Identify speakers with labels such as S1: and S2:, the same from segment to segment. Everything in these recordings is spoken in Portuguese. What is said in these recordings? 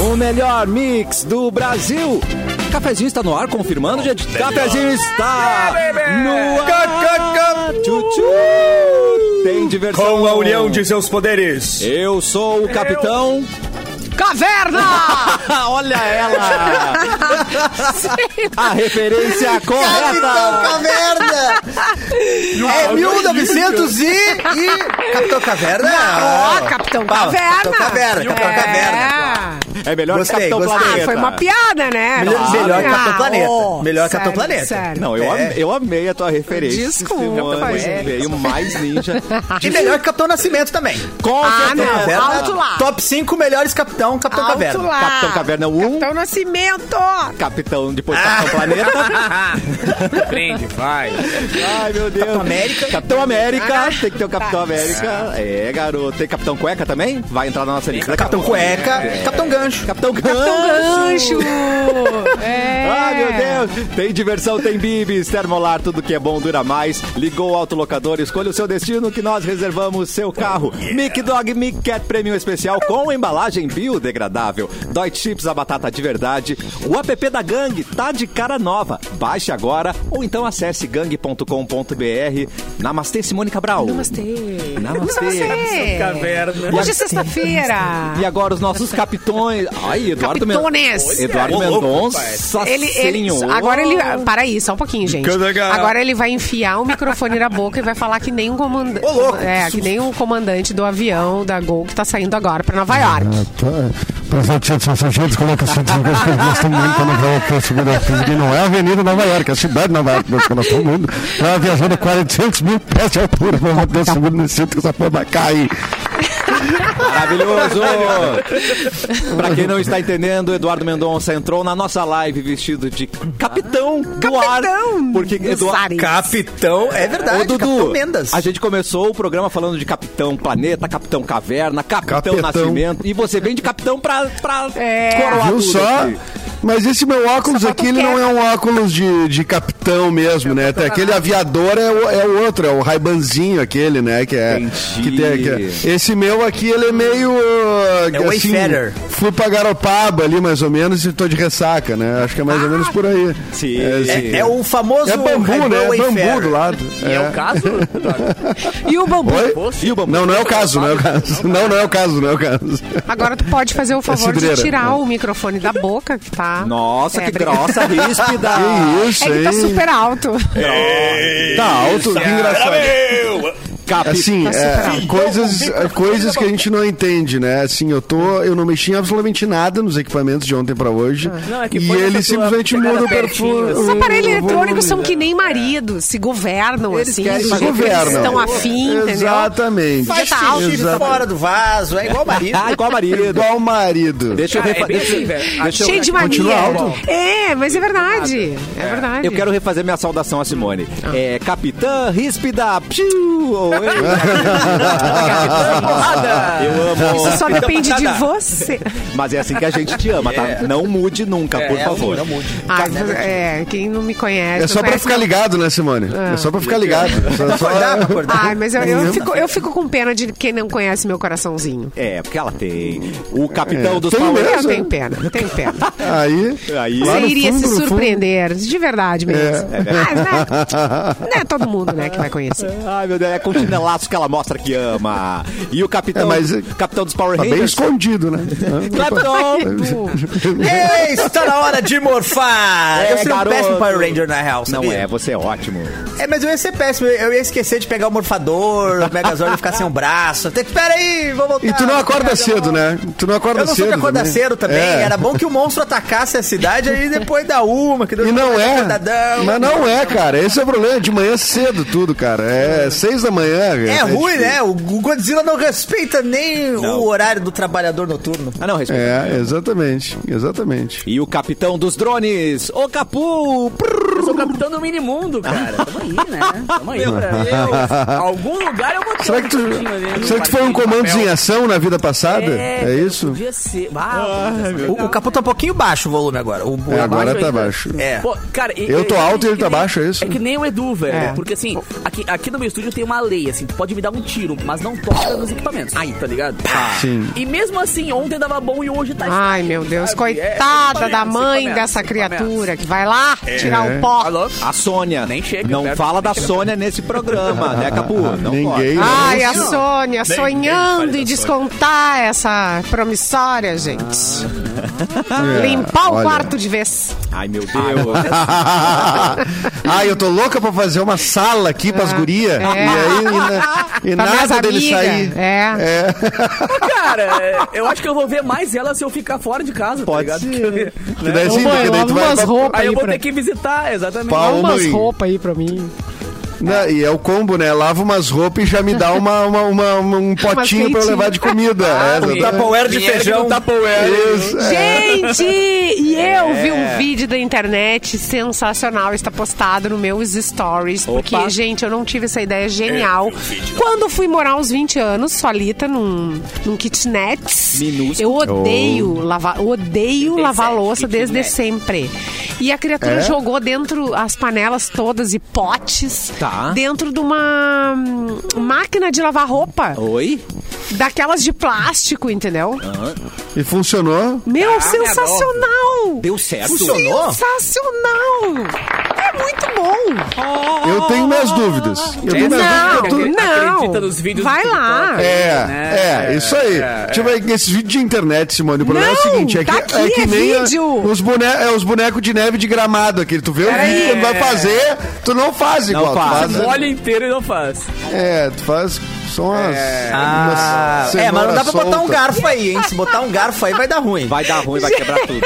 S1: o melhor mix do Brasil. Cafezinho está no ar, confirmando, gente. Cafezinho está no ar. Tchutchu. Tem diversão.
S2: Com a união de seus poderes.
S1: Eu sou o capitão.
S3: Caverna!
S1: Ah, olha ela! a referência
S4: Capitão
S1: correta.
S4: Caverna! É 1900 e... e... Capitão Caverna?
S3: Ó, Capitão
S4: Ah,
S3: Caverna!
S4: Capitão Caverna, Capitão Caverna.
S3: É.
S1: É melhor
S4: Gostei,
S1: Capitão
S4: gostei.
S3: Ah,
S1: Planeta.
S3: foi uma piada, né?
S4: Melhor-
S3: Claro.
S4: melhor Capitão
S3: Ah,
S4: Planeta.
S3: ô,
S4: Melhor Capitão
S3: sério,
S4: Planeta.
S3: sério.
S1: Não, eu, am- eu amei a tua referência.
S3: Desculpa,
S1: Simone.
S3: gente.
S1: Veio mais ninja.
S4: E melhor que Capitão Nascimento também.
S1: Com
S3: Ah,
S1: certeza.
S3: não.
S4: Caverna,
S3: alto lá.
S4: Top 5 melhores Capitão, Capitão
S3: Alto
S4: Caverna.
S3: lá.
S1: Capitão Caverna 1,
S3: Capitão Nascimento!
S1: Capitão depois Capitão Planeta.
S2: Aprende, vai.
S1: Ai, meu Deus. Capitão
S4: América.
S1: Capitão América. Tem que ter o Capitão
S3: tá.
S1: América. É, garoto. Tem Capitão Cueca também? Vai entrar na nossa lista.
S4: Capitão Cueca, Capitão Gancho.
S1: É. Capitão Gancho.
S3: Capitão Gancho! É.
S1: Ai, meu Deus! Tem diversão, tem bibis, termolar, tudo que é bom dura mais. Ligou o autolocador, escolha o seu destino que nós reservamos seu carro. Mic Dog Mic Cat Premium Especial com embalagem biodegradável. Dói Chips, a batata de verdade. O app da Gang tá de cara nova. Baixe agora ou então acesse gang.com.br. Namastê, Simone Cabral.
S3: Namastê!
S1: Namastê.
S2: Caverna.
S3: Hoje é sexta-feira!
S1: E agora os nossos capitões. Ai, Eduardo Men-
S3: Capitones.
S1: Eduardo
S2: Ô, louco,
S1: Mendonça.
S3: Ele, ele,
S1: senhor.
S3: agora ele. Para aí, só um pouquinho, gente.
S2: Cadê, cara?
S3: Agora ele vai enfiar o microfone na boca e vai falar que nem um comandante.
S4: Ô, louco!
S3: É, que nem o comandante do avião da Gol que tá saindo agora pra Nova
S5: É,
S3: York.
S5: tá, Passageiros, passageiros, coloca 150 que nós estamos indo para Nova York para segurar E não é a Avenida Nova York, é a cidade de Nova York, nós nós estamos indo. Ela viajando a 400 mil pés de altura, vamos ter um segundo nesse centro que essa porra vai cair.
S1: Maravilhoso! pra quem não está entendendo, Eduardo Mendonça entrou na nossa live vestido de capitão do ar.
S3: Capitão
S1: Porque
S3: dos
S1: Eduardo.
S3: ares.
S4: Capitão, é verdade,
S1: Ô, Dudu,
S4: Capitão Mendas.
S1: a gente começou o programa falando de Capitão Planeta, Capitão Caverna, Capitão,
S5: Capetão.
S1: Nascimento. E você vem de Capitão pra, pra
S3: É.
S1: coroar
S5: Viu
S1: tudo
S5: só?
S1: aqui.
S5: Mas esse meu óculos
S3: Só falta
S5: aqui, ele não
S3: quebra.
S5: é um óculos de, de capitão mesmo, né? Até aquele aviador é o, é o outro, é o raibanzinho aquele, né? Que é,
S1: Entendi.
S5: que tem, que é- Esse meu aqui, ele é meio. assim,
S4: É o Wayfarer.
S5: Fui pra Garopaba ali, mais ou menos, e tô de ressaca, né? Acho que é mais
S3: Ah,
S5: ou menos por aí.
S1: Sim.
S5: assim.
S4: É o famoso
S5: É bambu,
S4: Rainbow
S5: né? É bambu
S4: Wayfarer.
S5: do lado.
S2: E é o caso?
S3: E o Bambu?
S5: Oi?
S1: E o bambu?
S5: Não, não é o caso, não é o caso. Não, não é o caso, não é o caso.
S3: Agora tu pode fazer o favor de
S5: cidreira.
S3: tirar o microfone da boca, que tá.
S1: Nossa,
S3: É,
S1: que
S3: brinca-
S1: grossa, ríspida.
S5: Que isso,
S3: É que tá
S5: hein?
S3: super alto.
S5: Tá alto, que engraçado.
S1: Capitão.
S5: Assim,
S3: Tá
S5: é,
S3: superado.
S5: coisas, é, coisas que a gente não entende, né? Assim, eu tô, eu não mexi em absolutamente nada nos equipamentos de ontem pra hoje.
S2: Não, é que
S5: e
S2: foi
S5: ele
S2: essa tua
S5: simplesmente
S2: pegada
S5: muda o
S2: pertinho,
S5: perfume.
S2: assim.
S3: Os aparelhos
S5: o
S3: eletrônicos são
S5: volume.
S3: que nem marido, se governam assim,
S1: querem
S3: do
S1: se
S3: jeito que eles
S5: governam.
S3: estão afim, entendeu?
S5: Exatamente.
S4: Faz
S3: Já tá alto.
S4: xixi
S5: Exato.
S4: fora do vaso, é igual o marido.
S1: Ah, igual marido.
S5: Igual o marido.
S1: Deixa eu
S2: Cara, é
S1: refa-
S2: bem
S1: deixa-
S2: assim, velho.
S1: deixa eu-
S3: Cheio de
S5: Continua
S3: mania.
S5: alto.
S3: É, mas é verdade. É verdade.
S1: Eu quero refazer minha saudação a Simone.
S5: Ah.
S1: É Capitã Ríspida. Psiu! Ou eu, eu amo.
S3: Isso só
S2: Então,
S3: depende de
S2: nada.
S3: você.
S1: Mas é assim que a gente te ama,
S5: É.
S1: tá? Não mude nunca, por
S2: é,
S5: assim
S1: favor.
S2: não
S3: Ah,
S4: né?
S3: é, quem não me conhece.
S5: É
S3: não
S5: só pra
S3: conhece,
S5: ficar
S3: não.
S5: ligado, né, Simone? É só pra ficar ligado. Só, só...
S4: Acordar pra acordar.
S3: Ai, mas eu, eu, fico, eu fico com pena de quem não conhece meu coraçãozinho.
S1: É, porque ela tem. O capitão dos
S5: É. Tem
S1: Power
S3: Eu
S5: mesmo?
S3: tenho pena, tenho pena.
S5: Aí.
S1: Aí.
S5: Lá
S3: Você
S5: no
S3: iria se
S5: fundo, no fundo. É.
S3: surpreender, de verdade mesmo. Mas, né, não é todo mundo né, que vai conhecer.
S1: Ai, meu Deus, é com chinelaço que ela mostra que ama. E o capitão,
S5: É, mas-
S1: capitão dos Power
S5: Tá bem
S1: Rangers.
S5: escondido, É. né?
S1: Capitão!
S4: Ei, está na hora de morfar!
S1: É,
S4: eu seria um
S1: garoto.
S4: péssimo Power Ranger, na real,
S1: Não
S4: sabia?
S1: é, você é ótimo.
S4: É, mas eu ia ser péssimo. Eu ia esquecer de pegar o morfador, o Megazord ia ficar sem um braço. Até que, pera aí, vou voltar.
S5: E tu não acorda cedo, né? Tu não acorda
S4: Eu não sou
S5: cedo.
S4: de acordar
S5: também.
S4: cedo também.
S5: É.
S4: Era bom que o monstro atacasse a cidade aí depois da uma. Que
S5: E não é. Mas não é, cara. Esse é o problema. De manhã cedo tudo, cara. É seis da manhã. cara. tipo,
S4: É ruim,
S5: difícil.
S4: né? O Godzilla não respeita nem
S1: Não.
S4: o horário do trabalhador noturno.
S1: Ah, não, respeita.
S5: É, exatamente. Exatamente.
S1: E o capitão dos drones, o Capu!
S2: Eu sou capitão do mini mundo, cara. Tamo aí, né? Tamo aí. Algum lugar eu vou
S5: Será que tu,
S6: bonitinho um
S3: né?
S6: ali no
S5: será que tu foi um
S6: papel.
S5: comandos em ação na vida passada? É,
S6: cara,
S5: isso?
S6: Podia ser. Ah,
S1: É
S4: O, o capô tá um pouquinho baixo o volume agora. O, o-
S5: É, agora
S6: baixo
S5: tá
S6: aí,
S5: baixo.
S4: É.
S6: Pô, cara, e-
S5: Eu tô
S6: é-
S5: alto e ele
S6: que
S5: tá
S6: nem-
S5: baixo, é isso?
S6: É que nem o Edu, velho.
S3: É.
S6: Porque assim, aqui, aqui no meu estúdio tem uma lei, assim, tu pode me dar um tiro, mas não toca nos equipamentos. Aí, tá ligado?
S5: Ah, Sim. Ah.
S6: E mesmo assim, ontem dava bom e hoje tá
S3: Ai, meu Deus, coitada da mãe dessa criatura que vai lá
S5: É.
S3: tirar o pó.
S6: Alô?
S1: A Sônia.
S6: Nem chega
S1: Não
S6: perto,
S1: fala
S6: nem
S1: da
S6: chega
S1: Sônia nesse programa, né, Capu? Não
S5: Ah, Ninguém.
S1: pode.
S3: Ai, a
S1: Não.
S3: Sônia sonhando em descontar essa promissória, gente.
S5: É,
S3: Limpar o
S5: olha.
S3: quarto de vez.
S1: Ai, meu Deus.
S5: ah, eu tô louca pra fazer uma sala aqui pras gurias.
S3: é.
S5: E aí, e, na- e
S3: Pra minhas
S5: nada dele
S3: amigas,
S5: sair.
S3: é.
S6: Cara, é, eu acho que eu vou ver mais ela se eu ficar fora de casa,
S5: Pode
S6: tá ligado?
S5: ser.
S6: Que-
S5: Que daí, sim,
S3: Ô, mãe,
S5: porque daí tu
S3: lava
S5: vai
S3: umas
S5: pra-
S3: roupas
S6: Aí
S3: aí
S6: eu vou
S3: pra
S6: ter que visitar, exatamente.
S5: Pau.
S3: Lava
S5: Ô,
S3: umas
S5: mãe.
S3: roupas aí pra mim.
S5: Né, e é o combo, né? Lava umas roupas e já me dá uma, uma- uma- uma- um potinho pra eu
S3: quentinhas.
S5: levar de comida.
S3: Ah,
S2: Um
S1: Tá
S3: tá
S5: É, exatamente.
S2: Tupperware de feijão.
S5: Isso, é.
S3: Gente, e
S1: É.
S3: eu vi um vídeo da internet sensacional, está postado nos meus stories, porque, gente, eu não tive essa
S1: É,
S3: ideia genial.
S1: um
S3: Quando fui morar aos 20 anos, solita, num, num kitnet,
S1: Minúsculo. Oh.
S3: eu odeio lavar, odeio lavar louça desde sempre. E a criatura
S5: É?
S3: jogou dentro as panelas todas e potes
S1: Tá.
S3: dentro de uma hum, máquina de lavar roupa,
S1: Oi?
S3: daquelas de plástico, entendeu?
S5: E funcionou.
S6: Ah,
S3: Meu,
S6: é
S3: sensacional!
S1: Deu certo?
S3: Sensacional! É muito bom!
S5: Eu tenho minhas dúvidas. Eu tenho minhas
S3: não,
S5: dúvidas. que eu tô-
S3: não!
S6: acredita nos vídeos
S3: Vai
S6: do
S3: lá!
S6: TikTok.
S5: É, é, isso aí. Tipo, é que esse vídeo de internet, Simone, o problema é o
S3: Não,
S5: seguinte: é que,
S3: tá aqui,
S5: que
S3: é
S5: nem a-
S3: vídeo.
S5: os, bone, é, os bonecos de neve de gramado aqui. Tu vê o vídeo, quando vai fazer, tu não faz igual. tu
S1: faz.
S5: faz, um-
S6: Olha inteiro e não faz.
S5: É, tu faz só umas.
S4: É. Ah, é, mas não dá pra botar um garfo aí, hein? Se botar um garfo aí vai dar ruim.
S1: Vai dar ruim, vai quebrar tudo.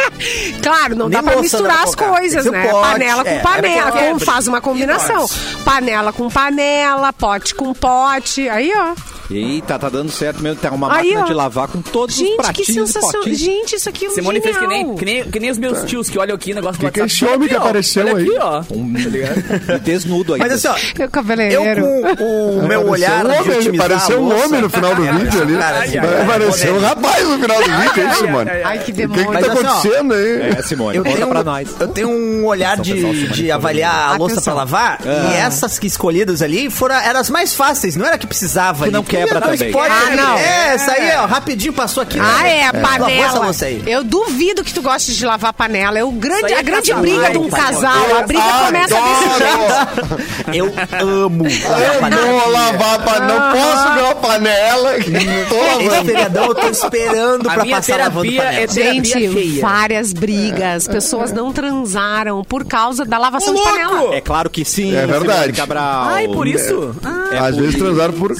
S3: Claro, não
S4: Nem
S3: dá pra
S4: louça dá
S3: misturar
S4: pra
S3: as
S4: colocar.
S3: coisas,
S4: Tem que
S3: né?
S4: ser o pote,
S3: panela com
S4: é,
S3: panela,
S4: é,
S3: com- faz uma combinação. Panela com panela, pote com pote. Aí, ó.
S1: Eita, tá dando certo mesmo. Tá uma
S3: Aí,
S1: máquina
S3: ó.
S1: de lavar com todos os
S3: Gente, que
S1: pratinhos e
S3: sensação.
S1: potinhos.
S3: Gente, isso aqui é um
S6: Simone fez que nem,
S3: genial.
S6: que, nem, que nem os meus tios que olham aqui o negócio do
S5: Tá. Que que é
S6: WhatsApp.
S5: esse homem que
S6: Olha aqui, ó.
S5: apareceu
S6: Olha
S5: aí?
S6: aqui, ó.
S1: E desnudo aí.
S4: Mas assim, ó,
S3: Meu
S4: eu
S3: cabeleireiro.
S4: com o meu olhar.
S5: Pareceu um
S4: de
S5: homem,
S4: otimizar
S5: pareceu
S4: a
S5: um
S4: louça-
S5: homem no final do
S4: É,
S5: vídeo ali. né?
S4: cara, assim,
S5: Vai-
S4: é,
S5: Pareceu um
S4: boné.
S5: rapaz no final do vídeo, é isso, mano?
S3: Ai, que
S5: O que que
S3: demônio.
S5: tá
S4: Mas assim, ó,
S5: acontecendo aí?
S1: É, Simone,
S4: Eu
S1: conta
S4: tenho,
S1: pra nós.
S4: eu tenho um olhar
S1: Atenção, pessoal,
S4: de,
S1: Simone,
S4: de
S1: tá
S4: avaliar a louça
S3: Atenção.
S4: pra lavar.
S5: Ah.
S4: E essas que escolhidas ali foram eram as mais fáceis, não era que precisava.
S1: Que não
S4: ali.
S1: quebra
S4: Não,
S1: também.
S4: Pode,
S3: Ah, não.
S4: um É, essa aí, ó, rapidinho passou aqui.
S3: Ah, é,
S4: Lavou essa
S3: panela.
S4: louça aí.
S3: Eu duvido que tu goste de lavar panela. É o grande,
S6: aí é
S3: a grande
S6: casal,
S3: briga de um
S4: tá
S3: casal. A briga
S5: Ah,
S3: começa desse jeito.
S4: Eu amo. lavar
S5: Eu
S4: panela.
S5: não vou lavar panela, não
S3: Ah.
S5: posso ver uma panela. que Tô
S4: Esse
S5: lavando.
S4: feriadão eu tô esperando
S6: A
S4: pra
S6: minha
S4: passar lavando
S6: terapia
S4: panela.
S6: é
S3: Gente,
S6: terapia cheia.
S3: várias brigas. Pessoas não transaram por causa da lavação de panela.
S1: É claro que sim,
S5: É verdade.
S1: Simone Cabral.
S6: Ai, É por isso? Ah,
S1: É
S5: Às
S1: por
S5: vezes
S1: isso.
S5: transaram por.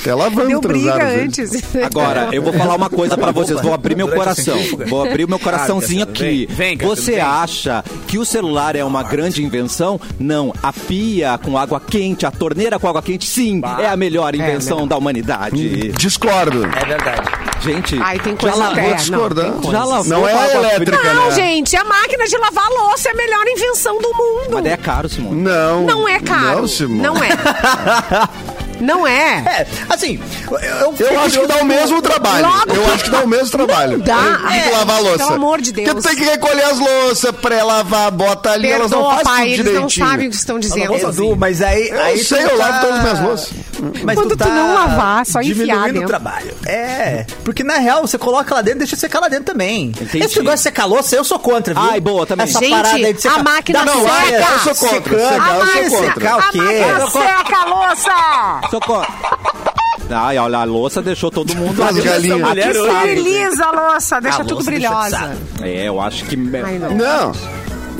S5: Até lavando
S3: Deu briga
S5: transaram. às vezes.
S3: antes.
S1: Agora, eu vou falar uma coisa pra vocês, vou abrir meu coração. Vou abrir meu coraçãozinho aqui.
S6: vem, vem, Cassiano,
S1: Você
S6: vem.
S1: acha que o celular é uma grande invenção? Não. A pia com água quente, a torneira com água quente, sim, é a melhor invenção da humanidade.
S5: Hum. Discordo.
S4: É verdade.
S1: Gente,
S3: Ai, tem
S1: já
S3: coisa
S1: lavou,
S3: até,
S1: já
S3: não,
S5: Discordar.
S3: tem coisa.
S1: lavou
S5: Não é
S1: com
S5: a
S1: água
S5: elétrica.
S1: fria?
S3: Não,
S5: né?
S3: gente, a máquina de lavar louça é a melhor invenção do mundo.
S1: Mas é caro, Simone.
S5: Não.
S3: Não é caro.
S5: Não, Simone.
S3: Não é. Não é.
S4: É, assim, eu, eu
S5: Eu acho que dá o mesmo trabalho.
S3: Logo.
S5: Eu acho que dá o mesmo trabalho.
S3: dá.
S5: Tem que
S3: É,
S5: lavar a louça.
S3: pelo amor de Deus.
S5: Porque tu tem que recolher as louças, pré-lavar, bota ali, elas não
S3: Perdoa,
S5: fazem
S3: pai,
S5: tudo
S3: eles
S5: direitinho.
S3: não sabem o que estão dizendo.
S4: Edu, mas aí.
S5: Eu
S4: aí
S5: sei,
S4: tu tá
S5: eu lavo todas as minhas louças.
S4: Mas tá
S3: Quando tu não lavar, só enfiar
S4: Diminuindo
S3: dentro.
S4: o trabalho. É, porque na real, você coloca lá dentro, deixa secar lá dentro também.
S1: Entendi.
S4: Esse negócio de secar louça, eu sou contra, viu?
S1: Ai, boa, também.
S4: Essa
S3: Gente,
S4: parada aí de secar. é,
S3: a máquina
S4: Dá-
S3: seca.
S4: olha,
S5: Eu sou contra.
S4: Secando.
S5: Secar,
S4: Ah,
S5: eu
S4: mas
S5: sou contra.
S4: secar o quê?
S3: A máquina seca a louça.
S1: Socorro. Ai, olha, a louça deixou todo mundo
S5: As
S1: ali.
S5: galinhas.
S1: Aqui
S6: Mulher hoje.
S1: sabe.
S3: Esteriliza a louça, deixa
S4: A
S3: tudo
S4: louça deixa de
S3: brilhosa.
S4: saco.
S1: É, eu acho que.
S3: Ai, não.
S5: Não.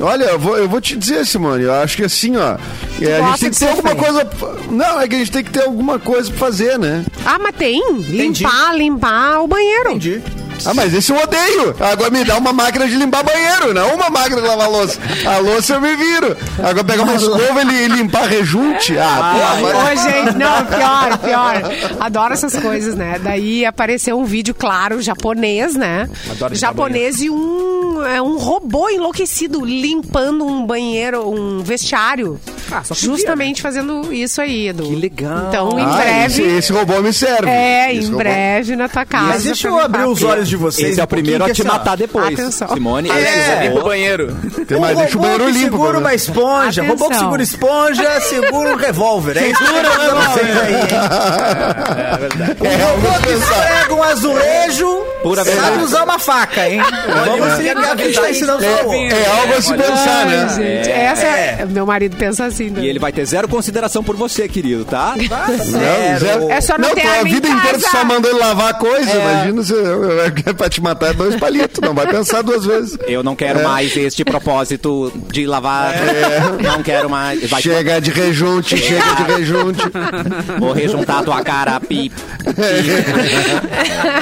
S5: Olha, eu vou, eu vou te dizer, Simone, eu acho que assim, ó. é, a
S3: gosta
S5: gente tem que
S3: de
S5: ter alguma
S3: sofrer.
S5: coisa. Não, é que a gente tem que ter alguma coisa pra fazer, né?
S3: Ah, mas tem. Limpar, limpar o banheiro.
S4: Entendi.
S5: Ah, mas esse eu odeio. Agora me dá uma máquina de limpar banheiro, não uma máquina de lavar louça. A louça eu me viro. Agora pegar uma escova e li- limpar rejunte. Ah, pô, agora...
S3: Ô, gente, não, pior, pior. Adoro essas coisas, né? Daí apareceu um vídeo, claro, japonês, né?
S6: Adoro
S3: japonês e um, é, um robô enlouquecido limpando um banheiro, um vestiário.
S6: Ah, só podia,
S3: justamente fazendo isso aí, Edu. Que
S6: legal.
S3: Então, em
S5: Ah,
S3: breve.
S5: Esse, esse robô me serve.
S3: É,
S5: Esse
S3: em
S5: robô-
S3: breve na tua casa.
S4: Mas deixa eu
S3: pra
S4: abrir
S3: limpar.
S4: os olhos de vocês.
S1: Esse é
S4: um
S1: o primeiro
S4: pouquinho,
S1: a te
S4: que assim, ó,
S1: matar depois.
S3: Atenção.
S1: Simone,
S4: É.
S1: esse
S2: Limpa o banheiro.
S5: Tem mais,
S4: um
S5: deixa o
S4: robô
S5: banheiro
S4: que
S5: limpo.
S4: segura
S5: pelo
S4: uma
S5: menos.
S4: esponja. Robô que
S3: Atenção.
S4: segura esponja, segura um revólver. É isso que eu tô dando pra vocês aí, hein?
S5: É,
S4: Robô que esfrega um azulejo,
S1: Pura
S4: sabe
S1: verdade.
S4: usar uma faca, hein? Vamos se tá ligar que está ensinando
S5: é, é algo a se pensar,
S3: Ai,
S5: né?
S3: gente, essa é. Meu marido pensa assim. né?
S1: E ele vai ter zero consideração por você, querido, tá?
S5: Não, zero.
S3: É só não ter
S5: tu- a
S3: arma em
S5: vida inteira tu
S3: casa.
S5: só mandou ele lavar a coisa. Imagina se é pra te matar é dois palitos. Não vai pensar duas vezes.
S1: Eu não quero mais este propósito de lavar. Não quero mais. Vai
S5: Chega de rejunte, chega de rejunte.
S1: morrer juntar a tua cara. Pi, pi.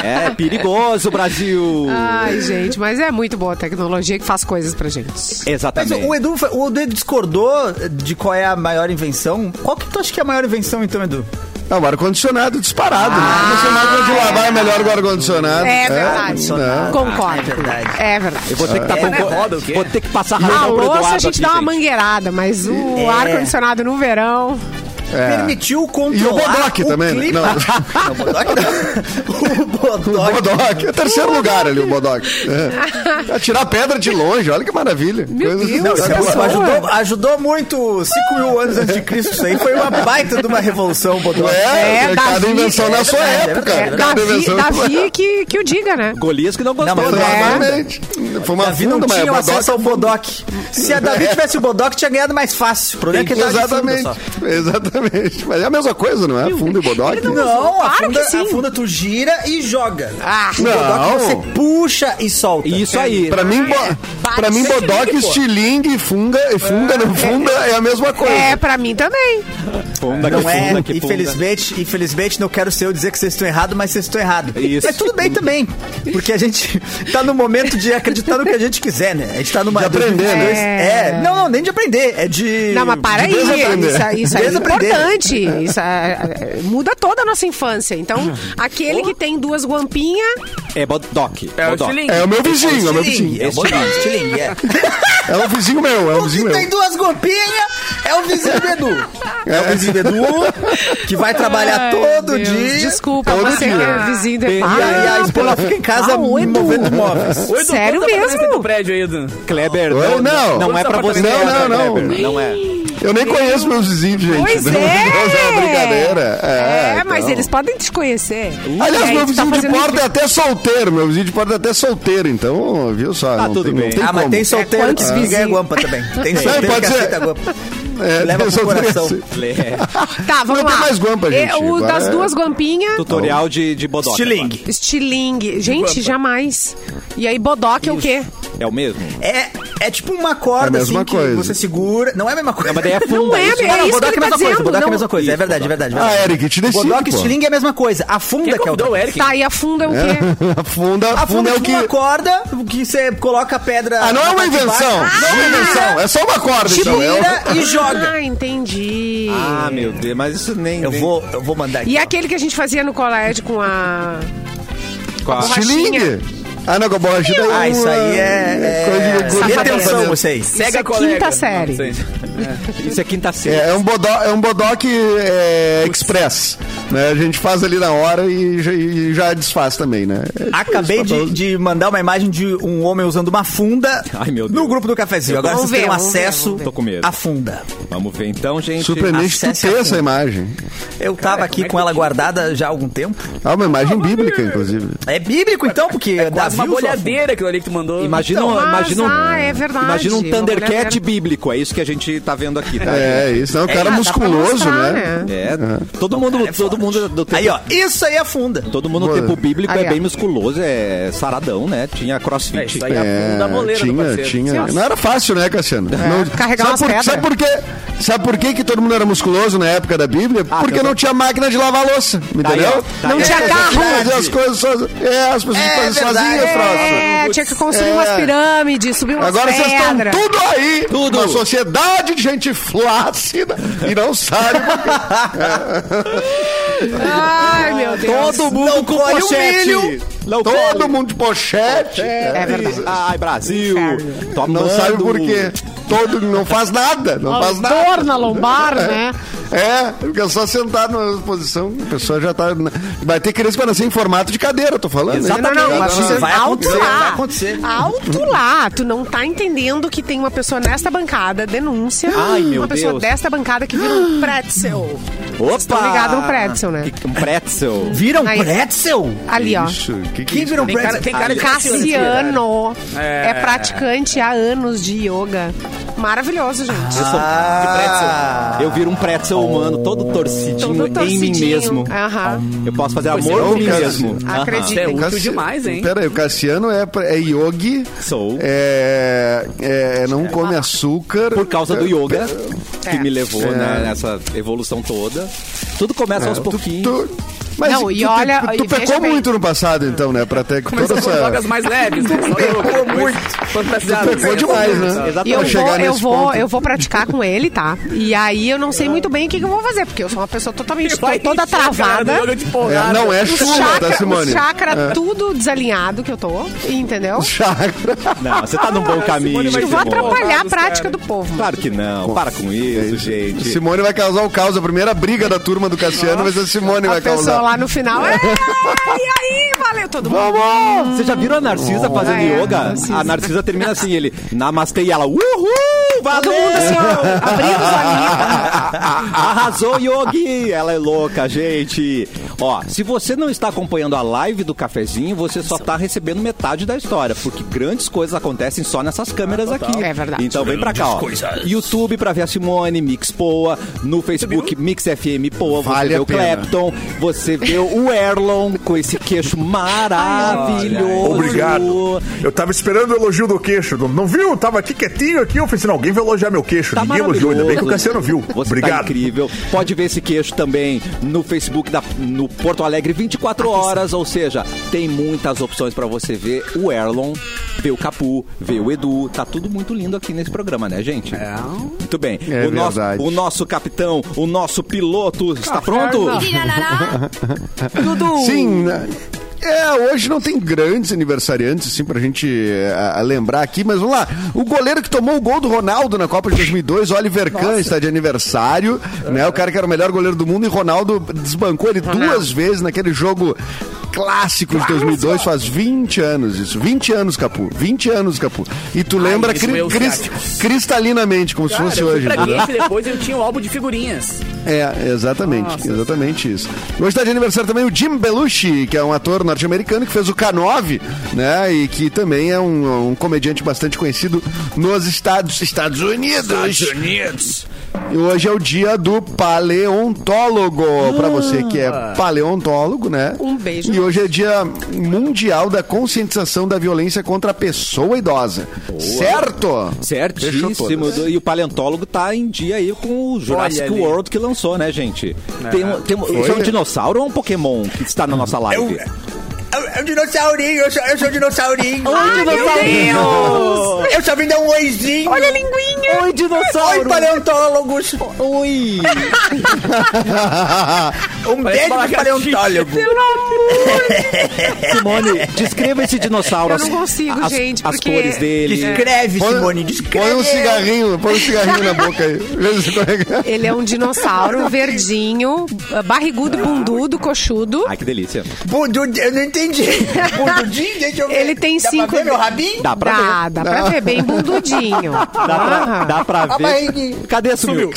S1: É perigoso, Brasil.
S3: Ai, gente, mas é muito boa a tecnologia que faz coisas pra gente.
S4: Mas
S1: Exatamente.
S4: o Edu, o Edu discordou de qual é a maior invenção. Qual que tu acha que é a maior invenção, então, Edu?
S5: Ah, o ar-condicionado disparado. né? ar-condicionado de lavar é melhor que o ar-condicionado.
S3: Ah. É verdade.
S5: né?
S3: Concordo.
S4: É verdade.
S3: É verdade.
S1: Eu vou ter que tá
S6: É, né?
S1: concor-
S6: Roda o quê?
S1: Vou ter que passar
S3: A
S1: razão pro Eduardo
S3: louça a gente
S1: aqui,
S3: dá uma
S1: gente.
S3: mangueirada, mas o
S4: É.
S3: ar-condicionado no verão.
S4: Permitiu controlar
S5: É. E o Bodoque também. né?
S4: clima-
S5: Não,
S4: O Bodoque não. o
S5: o
S4: Bodoque.
S5: Bodoque. É terceiro lugar ali, o Bodoque. É. Atirar pedra de longe, olha que maravilha.
S3: Meu Deus, tá
S5: Não,
S4: Isso
S5: é
S3: cara.
S5: uma-
S4: ajudou,
S3: pessoa.
S4: ajudou, ajudou muito 5 mil anos antes de Cristo. Isso aí foi uma baita de uma revolução, Bodoque.
S5: É,
S3: É,
S5: cada
S3: Davi,
S5: invenção na
S4: é
S5: sua
S4: verdade, é
S5: época.
S4: verdade, é
S5: cada
S3: Davi,
S5: invenção
S3: Davi que, que o diga, né?
S1: Golias que não gostou.
S4: Não, mas
S1: né?
S4: é.
S5: Exatamente. Foi uma
S4: Davi não
S5: funda, mas
S4: tinha
S5: o é
S4: acesso ao Bodoque. Se a Davi tivesse o Bodoque, tinha ganhado mais fácil. O problema é que ele tava de funda
S5: Exatamente,
S4: só.
S5: exatamente. Mas é a mesma coisa, não é? Fundo e bodoque.
S4: Não,
S3: Claro
S4: afunda,
S3: que sim.
S4: afunda, tu gira e joga.
S3: Ah,
S4: O bodoque
S5: não.
S4: você puxa e solta. É
S1: Isso aí.
S5: Pra mim, bo...
S3: bate
S5: pra mim
S3: sem
S5: bodoque, estilingue, funga, e funga, não funda, é a mesma coisa.
S3: é, pra mim também.
S1: Funda, que
S4: Não é,
S1: funda, que funda.
S4: infelizmente, infelizmente não quero ser eu dizer que vocês estão errados, mas vocês estão errados.
S1: Isso.
S4: Mas tudo bem também, porque a gente tá no momento de acreditar no que a gente quiser, né? A gente tá numa... De
S5: aprender, né?
S4: É, não, não, nem de aprender, é de...
S3: Não, mas para aí.
S5: desaprender.
S3: Isso, isso é
S4: Desaprender.
S3: importante. Isso é- é- muda toda a nossa infância. Então,
S4: Ah.
S3: aquele que tem duas guampinhas,
S1: É bodoque.
S6: É o
S1: bodoque.
S6: estilingue.
S5: É o meu vizinho, é o meu
S4: Estilingue,
S5: vizinho.
S4: é o bodoque, estilingue, é.
S5: É o vizinho meu, é
S4: O
S5: o
S4: que
S5: vizinho meu.
S4: tem duas golpinhas é o vizinho do Edu. É o vizinho do Edu, que vai trabalhar
S3: Ai,
S4: todo
S3: Deus,
S4: dia.
S3: Desculpa,
S5: Todo
S3: você
S5: dia.
S3: que é vizinho do
S1: E- e
S4: E aí a esposa fica em casa
S3: Ah, o Edu.
S4: movendo móveis.
S6: Ô, Edu,
S3: Sério
S6: conta pra nós
S3: mesmo?
S6: dentro do prédio aí, Edu.
S5: É
S1: Kleber,
S5: Oi,
S1: não,
S5: não.
S1: não, não é pra você.
S5: Não, não,
S1: essa,
S5: não.
S1: Kleber. Não é.
S5: Eu nem conheço meus vizinhos, gente.
S3: Pois
S5: Não,
S3: é!
S5: É uma brincadeira.
S3: É, mas
S5: então.
S3: eles podem te conhecer.
S5: Aliás,
S3: Aí
S5: meu
S3: tu tá
S5: vizinho de
S3: fazendo
S5: porta é até solteiro. Meu vizinho de porta é até solteiro, então, viu só?
S1: Tá
S5: não
S1: tudo
S5: tem,
S1: bem.
S5: Não tem
S4: ah, mas
S5: como.
S4: tem solteiro
S3: quantos
S4: que ganha
S3: vizinhos?
S4: guampa também. Tem
S5: É,
S4: solteiro
S5: pode
S4: que
S5: ser.
S4: aceita guampa.
S5: É,
S4: Leva
S5: tem
S4: pro
S5: solteiro
S4: coração.
S5: assim.
S1: É.
S3: Tá, vamos
S5: Não tem
S3: lá.
S5: mais guampa,
S3: É,
S5: gente.
S3: o
S5: Agora
S3: das
S5: é-
S3: duas guampinhas,
S1: Tutorial de, de bodoque.
S2: Estilingue.
S3: estilingue. Gente, jamais. E aí, bodoque é o quê?
S1: É o mesmo?
S4: É, é tipo uma
S5: É a
S4: corda,
S5: mesma
S4: assim, que
S5: coisa.
S4: você segura. Não é a mesma coisa.
S1: Mas daí é funda.
S3: Não é,
S1: isso.
S3: é isso que
S4: bodoque
S3: ele
S4: é a
S3: tá
S4: mesma coisa.
S3: dizendo.
S4: Bodoque é a
S3: não.
S4: mesma coisa. É verdade, é verdade. é
S5: Ah,
S4: verdade.
S5: Eric, te decide,
S4: Bodoque e
S5: pô.
S4: estilingue é a mesma coisa. A funda
S6: Quem
S4: que é o
S6: convidou o Eric?
S3: Tá, e a funda é o quê?
S5: A funda,
S4: A
S5: a funda
S4: funda
S5: é o
S4: tipo
S5: que...
S4: uma corda que você coloca a pedra...
S5: Ah, não é
S4: na
S5: uma
S4: parte de
S5: invenção.
S4: baixo.
S5: Não é uma invenção. É só uma corda, então. É uma-
S4: Tira e joga.
S3: Ah, entendi.
S1: Ah, meu Deus, mas isso nem.
S4: Eu
S1: nem-
S4: vou, eu vou mandar aqui.
S3: E é
S4: ó.
S3: aquele que a gente fazia no colégio com a.
S1: Com a-
S3: borrachinha.
S5: Estilingue? Ah, não, com a borrachinha é
S4: Ah, isso aí
S5: uma-
S4: é...
S5: coisa
S4: é...
S5: de- coisa de
S4: Detenção,
S5: apartamento.
S4: vocês.
S3: Isso é quinta série.
S6: Não sei.
S1: Isso é quinta série.
S5: É, é um bodoque, é um bodoque é, express. Né? A gente faz ali na hora e já, e já desfaz também, né? É tipo
S4: Acabei
S5: isso,
S4: de,
S5: papai.
S4: de mandar uma imagem de um homem usando uma funda
S1: Ai, meu Deus.
S4: no grupo do cafezinho. Agora
S3: Vamos
S4: vocês
S3: ver,
S4: terão
S3: vamos ver,
S4: acesso
S3: vamos ver.
S1: Tô com medo.
S4: à funda.
S1: Vamos ver então, gente.
S5: Surpreendente tu
S4: Acesse a
S5: ter
S4: fundo.
S5: essa imagem.
S4: Eu tava
S3: é
S4: aqui com ela guardada já há algum tempo.
S5: Ah, uma imagem bíblica, inclusive.
S4: É bíblico então, porque é
S6: Quase uma bolhadeira aquilo ali que tu mandou.
S1: Imagina, um-
S3: Então,
S1: imagina um,
S3: ah, é verdade.
S1: imagina um
S3: Uma mulher
S1: Thundercat
S3: verde.
S1: bíblico, é isso que a gente tá vendo aqui, tá?
S5: É, isso. É um cara
S3: Ah, dá pra
S5: musculoso,
S3: mostrar,
S5: né?
S1: É, todo mundo, todo mundo do tempo,
S4: Aí, ó, isso aí é funda.
S1: todo mundo no
S5: Boa.
S1: tempo bíblico
S3: Aí,
S1: é
S3: ó.
S1: bem musculoso, é saradão, né? Tinha
S6: É,
S1: crossfit.
S6: isso aí é a bunda moleira do
S5: tinha,
S6: parceiro.
S5: tinha. Não era fácil, né, Cassiano? Não,
S3: carregar umas
S5: sabe, por,
S3: pedras.
S5: sabe por quê? Sabe por que, que todo mundo era musculoso na época da Bíblia? Porque
S1: tá bom.
S5: não tinha máquina de lavar louça,
S1: ó,
S5: entendeu?
S1: tá Não aí.
S3: tinha carro.
S5: Fazer as coisas sozinhas. É, as pessoas
S4: É
S5: fazem
S4: verdade.
S5: sozinhas, troço.
S3: É, tinha que construir
S5: É.
S3: umas pirâmides, subir umas
S5: Agora vocês estão
S3: pedras.
S5: tudo aí,
S1: Tudo.
S5: uma sociedade de gente flácida e não sabe.
S3: Ai, meu Deus.
S1: Todo mundo
S5: Não
S1: com
S5: colhe o
S1: pochete.
S5: milho.
S1: Não
S5: Todo
S1: colhe.
S5: mundo de pochete.
S1: É
S3: verdade.
S1: Ai, Brasil.
S3: Inferno.
S1: Tô
S5: Não
S1: amando.
S5: sabe por quê. Todo, não faz nada, não faz nada.
S3: Dor na lombar, né?
S5: É, fica só sentado na posição, a pessoa já tá. na- Vai ter criança para nascer em formato de cadeira, tô falando. né?
S3: Não, não,
S4: Exatamente.
S3: mas
S4: Não, não,
S3: você
S4: vai
S3: alto
S4: acontecer,
S3: lá.
S4: vai acontecer.
S3: Alto lá. Tu não tá entendendo que tem uma pessoa nesta bancada, denúncia.
S1: Ai, meu
S3: uma pessoa
S1: Deus.
S3: desta bancada que vira um pretzel.
S1: Opa!
S3: Tá ligado no pretzel, né?
S1: Que- Um pretzel.
S4: Viram
S3: Aí.
S4: pretzel?
S3: Ali, ó.
S5: Isso, que que
S4: Quem virou
S6: Tem cara,
S4: pretzel?
S6: tem cara de
S3: Cassiano
S2: É.
S3: é. praticante há anos de yoga. Maravilhoso, gente.
S1: Eu sou
S4: Ah.
S1: de pretzel. Eu viro um pretzel humano, todo torcidinho,
S3: Todo
S1: em mim
S3: torcidinho.
S1: mesmo.
S3: Aham.
S1: Eu posso fazer
S6: Pois
S1: amor
S6: é,
S1: por mim
S5: cara.
S1: mesmo. né? Aham.
S3: Acredito.
S6: Isso é útil
S5: Cassi-
S6: demais, hein?
S5: Pera aí, o Cassiano é, pra- é yogi.
S1: Sou.
S5: É, é, não come açúcar.
S1: Por causa do yoga, que
S3: É.
S1: me levou
S5: É.
S1: né, nessa evolução toda. Tudo começa aos pouquinhos.
S5: Tu, mas
S3: Não,
S5: tu,
S3: e
S5: te-
S3: olha-
S5: tu,
S3: e veja
S5: pecou
S3: bem.
S5: muito no passado, então, né? Pra ter toda
S6: Começou com drogas
S5: essa.
S6: mais leves. né? Só
S4: Pegou
S6: depois fantasiado,
S5: Pegou
S6: né?
S5: demais, né?
S1: Exatamente.
S3: E eu vou,
S5: Pra chegar
S3: eu,
S5: nesse
S3: vou,
S5: ponto.
S3: eu vou praticar com ele, tá? E aí eu não sei muito bem o que, que eu vou fazer, porque eu sou uma pessoa totalmente tô
S6: Vai
S3: toda
S6: encher a cara
S5: né?
S3: travada.
S6: do jogo de porrada.
S5: É, não é
S3: O
S5: chuva, tá,
S3: chakra, o
S5: Simone?
S3: chakra tudo desalinhado que eu tô, entendeu?
S5: Chakra.
S1: Não, você tá num bom caminho.
S6: Simone vai
S3: Eu vou
S1: Simone.
S3: atrapalhar a
S6: Coitados,
S3: prática
S6: cara.
S3: do povo.
S1: Claro que não. Para com isso, gente.
S5: Simone vai causar o caos. A primeira briga da turma do Cassiano vai ser a Simone
S3: A
S5: vai
S3: pessoa
S5: causar.
S3: lá no final. "É, E aí, valeu todo mundo.
S1: Vamos! Você já viram a Narcisa fazendo
S3: Ah, é,
S1: yoga?
S3: Narcisa.
S1: A Oh. Narcisa termina assim, ele, namastei, e ela, uhul, valeu!
S3: Todo mundo assim, ó, abrindo os olhinhos.
S1: Arrasou, Yogi! Ela é louca, gente! Ó, se você não está acompanhando a live do cafezinho, você só está recebendo metade da história, porque grandes coisas acontecem só nessas câmeras aqui.
S3: É verdade.
S1: Então vem pra cá, ó. YouTube pra ver a Simone, Mix Poa, no Facebook Mix FM Poa, você
S5: Vale
S1: vê
S5: a
S1: o
S5: pena.
S1: Clapton, você vê o Erlon com esse queixo maravilhoso.
S7: Obrigado. Eu tava esperando o elogio do queixo. Não, não viu? Tava aqui quietinho aqui. Eu falei assim, não, alguém vai elogiar meu queixo.
S1: Tá
S7: Ninguém elogiou, ainda bem que o
S1: maravilhoso.
S7: Cassiano viu.
S1: Você tá
S7: Obrigado.
S1: incrível. Pode ver esse queixo também no Facebook da, no Porto Alegre 24 horas, ou seja, tem muitas opções pra você ver o Erlon, ver o Capu, ver o Edu. Tá tudo muito lindo aqui nesse programa, né, gente? É. Muito bem.
S5: É
S1: o, nosso,
S5: verdade.
S1: o nosso capitão, o nosso
S7: Tá
S1: piloto, está pronto?
S3: Dudu.
S5: Sim, né? É, hoje não tem grandes aniversariantes, assim, pra gente eh, a- a lembrar aqui, mas vamos lá. O goleiro que tomou o gol do Ronaldo na Copa de 2002, Oliver Kahn, está de aniversário, né? O cara que era o melhor goleiro do mundo e Ronaldo desbancou ele duas vezes naquele jogo clássico de 2002, faz 20 anos isso. 20 anos, Capu. 20 anos, Capu. E tu lembra
S6: isso
S5: cri-
S6: eu
S5: cris-
S6: ciáticos.
S5: cristalinamente, como se
S6: Cara,
S5: fosse
S6: eu fui
S5: hoje.
S6: pra
S5: né?
S6: Gate, depois eu tinha um álbum de figurinhas.
S5: É, exatamente, exatamente isso. Hoje está de aniversário também o Jim Belushi, que é um ator norte-americano que fez o K9, né? E que também é um, um comediante bastante conhecido nos Estados, Estados Unidos. E hoje é o dia do paleontólogo, pra você que é paleontólogo, né?
S3: Ah. Um beijo.
S5: E hoje é dia mundial da conscientização da violência contra a pessoa idosa. Certo? Fechou
S1: Certíssimo.
S5: todas.
S1: E o paleontólogo tá em dia aí com o Jurassic
S6: ali.
S1: World que lançou, né, gente? Tem, um- tem, um- isso é um dinossauro ou um Pokémon que está na
S7: um
S1: nossa live?
S4: É um dinossaurinho, eu sou, eu sou um dinossaurinho.
S3: Ai, meu Deus.
S4: Eu só vim dar um oizinho.
S3: Olha a linguinha.
S7: É um
S1: Oi,
S4: Oi,
S1: dinossauro!
S4: paleontólogos.
S1: Oi!
S4: Um beijo pro paleontólogo.
S1: Simone, descreva esse dinossauro.
S3: Eu não
S1: as-
S3: consigo,
S1: as,
S3: gente,
S1: As
S3: porque-
S1: cores dele.
S4: Descreve, Simone, descreve.
S5: Põe um cigarrinho, põe um cigarrinho na boca aí. Vê se como é que é.
S3: Ele é um dinossauro verdinho, barrigudo, bundudo, coxudo.
S1: Ai, que delícia.
S4: Bundu- eu não entendi. Bundudinho, deixa eu ver.
S3: Ele tem
S4: Dá
S3: cinco-
S4: Pra ver meu rabinho?
S1: Dá pra ver.
S3: Dá, dá pra ver, bem bundudinho.
S1: Dá pra,
S3: Aham.
S1: dá pra
S4: A
S1: ver.
S4: barriguinha.
S1: Cadê sumiu?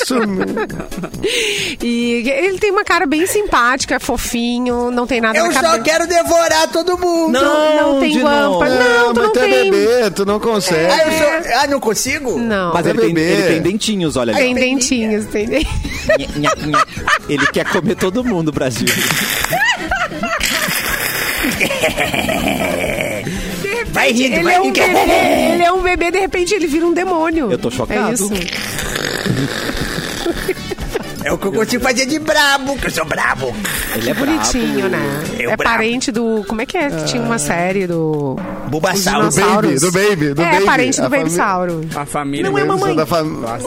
S3: E ele tem uma cara bem simpática, é fofinho, não tem nada
S4: Eu
S3: na
S4: só
S3: cabeça.
S4: quero devorar todo mundo.
S3: Não, não tem
S1: de
S3: guampa.
S1: não.
S3: Não, tu
S5: mas
S3: não
S5: tu é
S3: tem.
S5: bebê, tu não consegue.
S4: Ah, eu sou- ah, não consigo?
S3: é. Não.
S1: Mas
S5: É
S1: ele tem,
S5: bebê.
S1: ele tem dentinhos, olha
S3: Tem
S1: ali.
S3: dentinhos, tem dentinhos.
S1: Nhe, nhe, nhe. Ele quer comer todo mundo, Brasil.
S4: Vai rindo,
S3: Ele
S4: vai
S3: é um
S4: rindo.
S3: bebê, ele é um bebê, de repente ele vira um demônio.
S1: Eu tô chocado.
S3: É isso.
S4: É o cocôzinho fazia de brabo, que eu sou brabo.
S1: Ele é
S3: Bonitinho, né?
S4: Eu
S3: é
S4: brabo.
S3: parente do. Como é que é? Tinha uma série do.
S4: Bulbasauro.
S3: dos dinossauros.
S5: Do Baby, do Baby, do
S3: é,
S5: Baby.
S3: parente do
S5: A
S3: Baby
S5: família-
S3: Sauro.
S2: A família.
S3: Não é
S5: Eu sou
S3: mamãe.
S5: Da fam...
S3: Não é,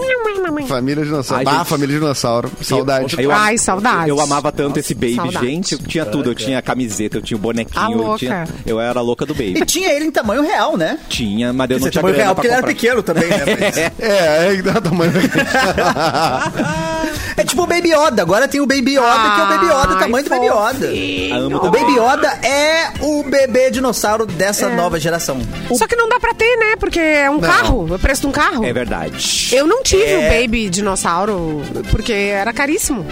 S3: mamãe.
S5: Família dinossauro.
S1: Ai,
S5: ah,
S1: gente.
S5: família dinossauro. Saudade.
S1: Eu-
S3: Ai, saudades.
S1: Eu amava tanto esse baby,
S3: saudades.
S1: gente. Eu tinha tudo. Eu tinha camiseta, eu tinha o bonequinho.
S3: Ah,
S1: eu,
S3: louca.
S1: tinha, eu era a louca do baby.
S4: E tinha ele em tamanho real, né?
S1: tinha, mas eu não
S4: Esse
S1: tinha
S4: tamanho
S1: grana
S4: real,
S1: pra
S4: porque ele
S1: comprar.
S4: era pequeno também, né? Mas-
S5: É, é da tamanho.
S4: É tipo o Baby Yoda. Agora tem o Baby Yoda, que é o Baby Yoda, o tamanho do Baby Yoda.
S1: Amo
S4: O Baby Yoda é o bebê dinossauro dessa
S3: É.
S4: nova geração.
S3: Só que não dá pra ter, né? Porque é um carro. O preço de um carro.
S1: É verdade.
S3: Eu não tive o Baby Dinossauro, porque era caríssimo.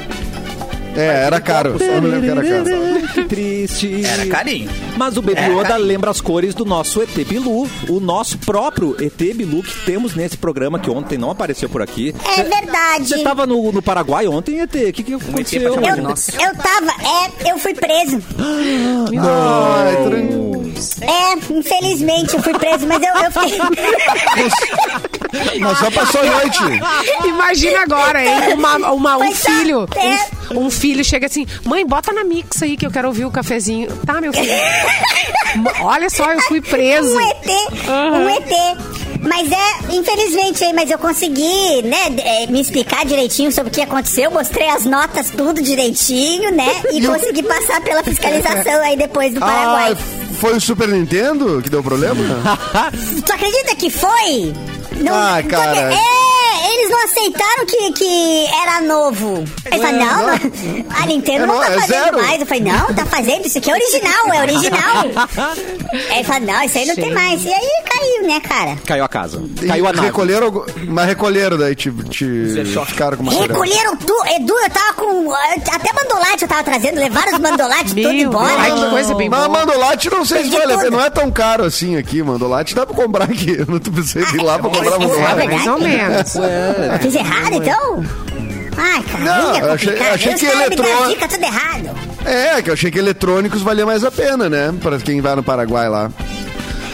S5: É, era caro. Eu me lembro que era caro.
S1: Que triste.
S4: Era carinho.
S1: Mas o Baby
S4: Era
S1: Yoda
S4: carinho.
S1: lembra as cores do nosso ET Bilu, o nosso próprio ET Bilu que temos nesse programa que ontem não apareceu por aqui.
S8: É verdade.
S3: tá-
S1: Você tava no, no Paraguai ontem, ET? O que, que aconteceu?
S8: Eu,
S6: Nossa.
S8: eu tava, é, eu fui preso.
S5: Ai, tran-
S8: É, infelizmente eu fui preso, mas eu, eu fiquei.
S5: Mas só passou a noite.
S3: Imagina agora, hein? Uma, uma- um
S8: Mas tá-
S3: filho.
S8: é.
S3: Um, um filho chega assim, mãe, bota na mix aí que eu quero ouvir o cafezinho. Tá, meu filho. Ma- Olha só, eu fui preso.
S8: Um ET, um ET. Mas é, infelizmente, hein, mas eu consegui, né, d- eh, me explicar direitinho sobre o que aconteceu, mostrei as notas tudo direitinho, né, e consegui passar pela fiscalização aí depois do
S5: Ah,
S8: Paraguai.
S5: foi o Super Nintendo que deu problema?
S8: Tu acredita que foi? Não,
S5: Ah,
S8: tu
S5: cara.
S8: acre- É, eles não aceitaram que, que era novo. Eu falei, não, não, a Nintendo
S5: É
S8: não,
S5: no-
S8: tá
S5: é
S8: fazendo
S5: zero.
S8: mais. Eu falei, não, tá fazendo, isso aqui é original, é original. aí ele falou, não, isso aí não tem mais. E aí caiu, né, cara?
S1: Caiu a casa. Caiu a nave.
S5: Recolheram, algu- mas recolheram daí, te, te ficaram com uma
S8: Recolheram tudo, Edu, eu tava com. Até mandolate eu tava trazendo, levaram os mandolates tudo
S3: Meu
S8: embora.
S3: Deus. Ai, que coisa bem
S5: Mas
S3: boa.
S5: mandolate não sei se
S8: Perdi
S5: vale a pena.
S8: tudo.
S5: Não é tão caro assim aqui, mandolate. Dá pra comprar aqui. Eu não tô precisando ir lá pra comprar
S8: Sabe,
S5: mandolate.
S8: né?
S3: Mais ou menos.
S8: Eu Fiz errado, então? Ai, cara,
S5: Não,
S8: é
S5: eu achei-
S8: complicado.
S5: achei
S8: Os
S5: que
S8: caras me
S5: eletrô-
S8: deram dica tudo errado.
S5: É, que eu achei que eletrônicos valia mais a pena, né? Pra quem vai no Paraguai lá.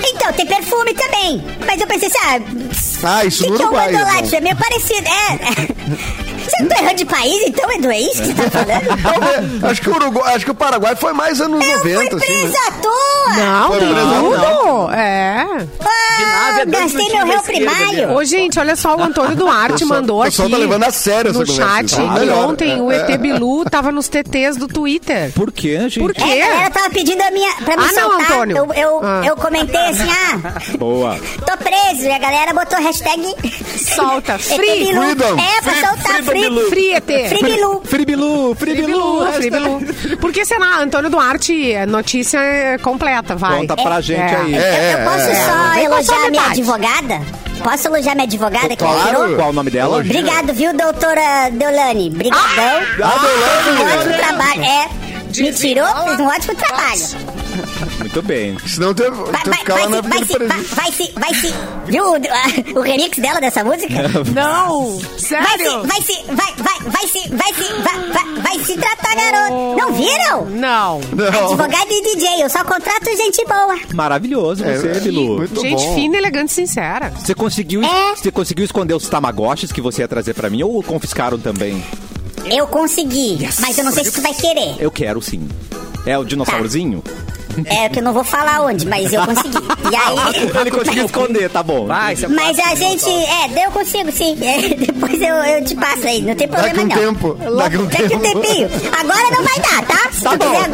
S8: Então, tem perfume também. Mas eu pensei assim, ah,
S5: Ah, isso
S8: o que,
S5: no
S8: que é o
S5: Uruguai.
S8: mandolate?
S5: irmão.
S8: É meio parecido. É. Você não tá errando de país, então, Edu? É isso que você tá falando?
S5: Talvez. acho, que o Uruguai, acho que o Paraguai foi mais anos
S8: Eu fui
S5: 90, é assim, né?
S8: presa à toa!
S3: Não,
S5: Foi
S3: tem
S5: preso,
S3: tudo.
S5: não.
S3: É.
S8: Ah,
S6: é dois
S8: gastei
S6: minutinhos
S8: meu réu
S6: da esquerda ali,
S8: primário.
S3: Ô, gente, olha só, o Antônio Duarte mandou
S5: o
S3: aqui.
S5: pessoal tá levando a sério essa
S3: no
S5: conversa,
S3: chat.
S5: então.
S3: que
S5: Melhor,
S3: ontem
S5: é,
S3: o ET Bilu tava nos TTs do Twitter.
S1: Por quê, gente?
S3: Por quê?
S8: É, a galera tava pedindo a minha, pra me
S3: Ah, não,
S8: soltar.
S3: Antônio.
S8: Eu, eu,
S3: Ah.
S8: eu comentei assim, ah,
S1: Boa.
S8: tô preso. E a galera botou hashtag...
S3: Solta. Free.
S8: Bilu.
S5: Freedom.
S8: É, pra soltar Free Bilu.
S3: Free ET.
S8: Free Bilu.
S1: Fribilu, Fribilu.
S3: Fribilu, Fribilu. Porque, sei lá, Antônio Duarte, é notícia completa, vai.
S1: Conta pra gente
S3: É.
S1: aí.
S5: É, é,
S8: eu, eu posso
S5: é.
S8: só
S3: Vem passar
S8: elogiar a minha
S3: metade.
S8: advogada? Posso elogiar minha advogada que me
S5: Claro.
S8: tirou?
S1: Qual o nome
S8: É
S1: dela?
S5: Elogio.
S8: Obrigado, viu, doutora Deolane? Obrigadão.
S5: Ah,
S8: Um
S5: Deolane!
S8: ótimo trabalho. É, me tirou, fez um ótimo trabalho.
S1: Muito bem.
S5: Senão tu ia
S8: Vai,
S5: tu ia
S8: vai,
S5: ficar lá na
S8: vai, se,
S5: frente do
S8: vai,
S5: presídio.
S8: se, vai, vai se, vai se. Viu o, o remix dela dessa música?
S5: É.
S3: Não!
S8: Vai se,
S3: Sério?
S8: vai se, vai, vai, vai se, vai se, vai, vai, vai se tratar, garoto. Não viram?
S3: Não.
S5: Não.
S8: Advogado e DJ, eu só contrato gente boa.
S1: Maravilhoso você,
S5: É,
S1: Bilu.
S5: muito
S3: gente
S5: bom.
S3: fina, elegante e sincera.
S1: Você conseguiu,
S8: É.
S1: você conseguiu esconder os tamagotchis que você ia trazer pra mim ou confiscaram também?
S8: Eu consegui, mas eu não sei se tu vai querer.
S1: Eu quero sim. É o dinossaurozinho?
S8: É, que eu não vou falar onde, mas eu consegui. E
S5: Ah,
S8: aí.
S1: Ah, Ele conseguiu esconder, tá bom.
S6: Vai, você
S8: Mas a gente. É, daí eu consigo, sim. É, depois eu, eu te passo aí, não tem
S5: Daqui
S8: problema
S5: um
S8: não.
S5: tempo. Daqui um
S8: Daqui um tempinho.
S5: tempo.
S8: Agora não vai dar, tá? Se tu quiser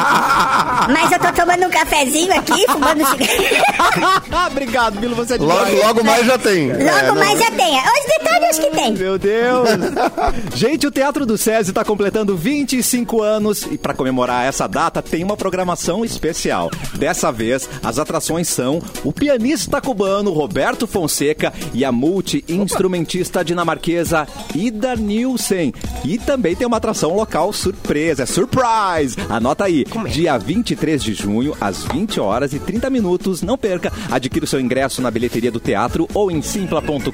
S8: agora. Mas eu tô tomando um cafezinho aqui, fumando um cigarro.
S1: Obrigado, Bilu, você é demais.
S5: Logo, logo mais já tem.
S8: Logo
S5: É, não-
S8: mais já tem. Hoje de tarde eu acho que tem.
S1: Meu Deus! Gente, o Teatro do SESI está completando 25 anos e para comemorar essa data tem uma programação especial. Dessa vez, as atrações são o pianista cubano Roberto Fonseca e a multi-instrumentista dinamarquesa Ida Nielsen. E também tem uma atração local surpresa, é surprise! Anota aí,
S6: é?
S1: dia 23 de junho, às 20 horas e 30 minutos. Não perca, adquira o seu ingresso na bilheteria do teatro ou em simpla.com.br.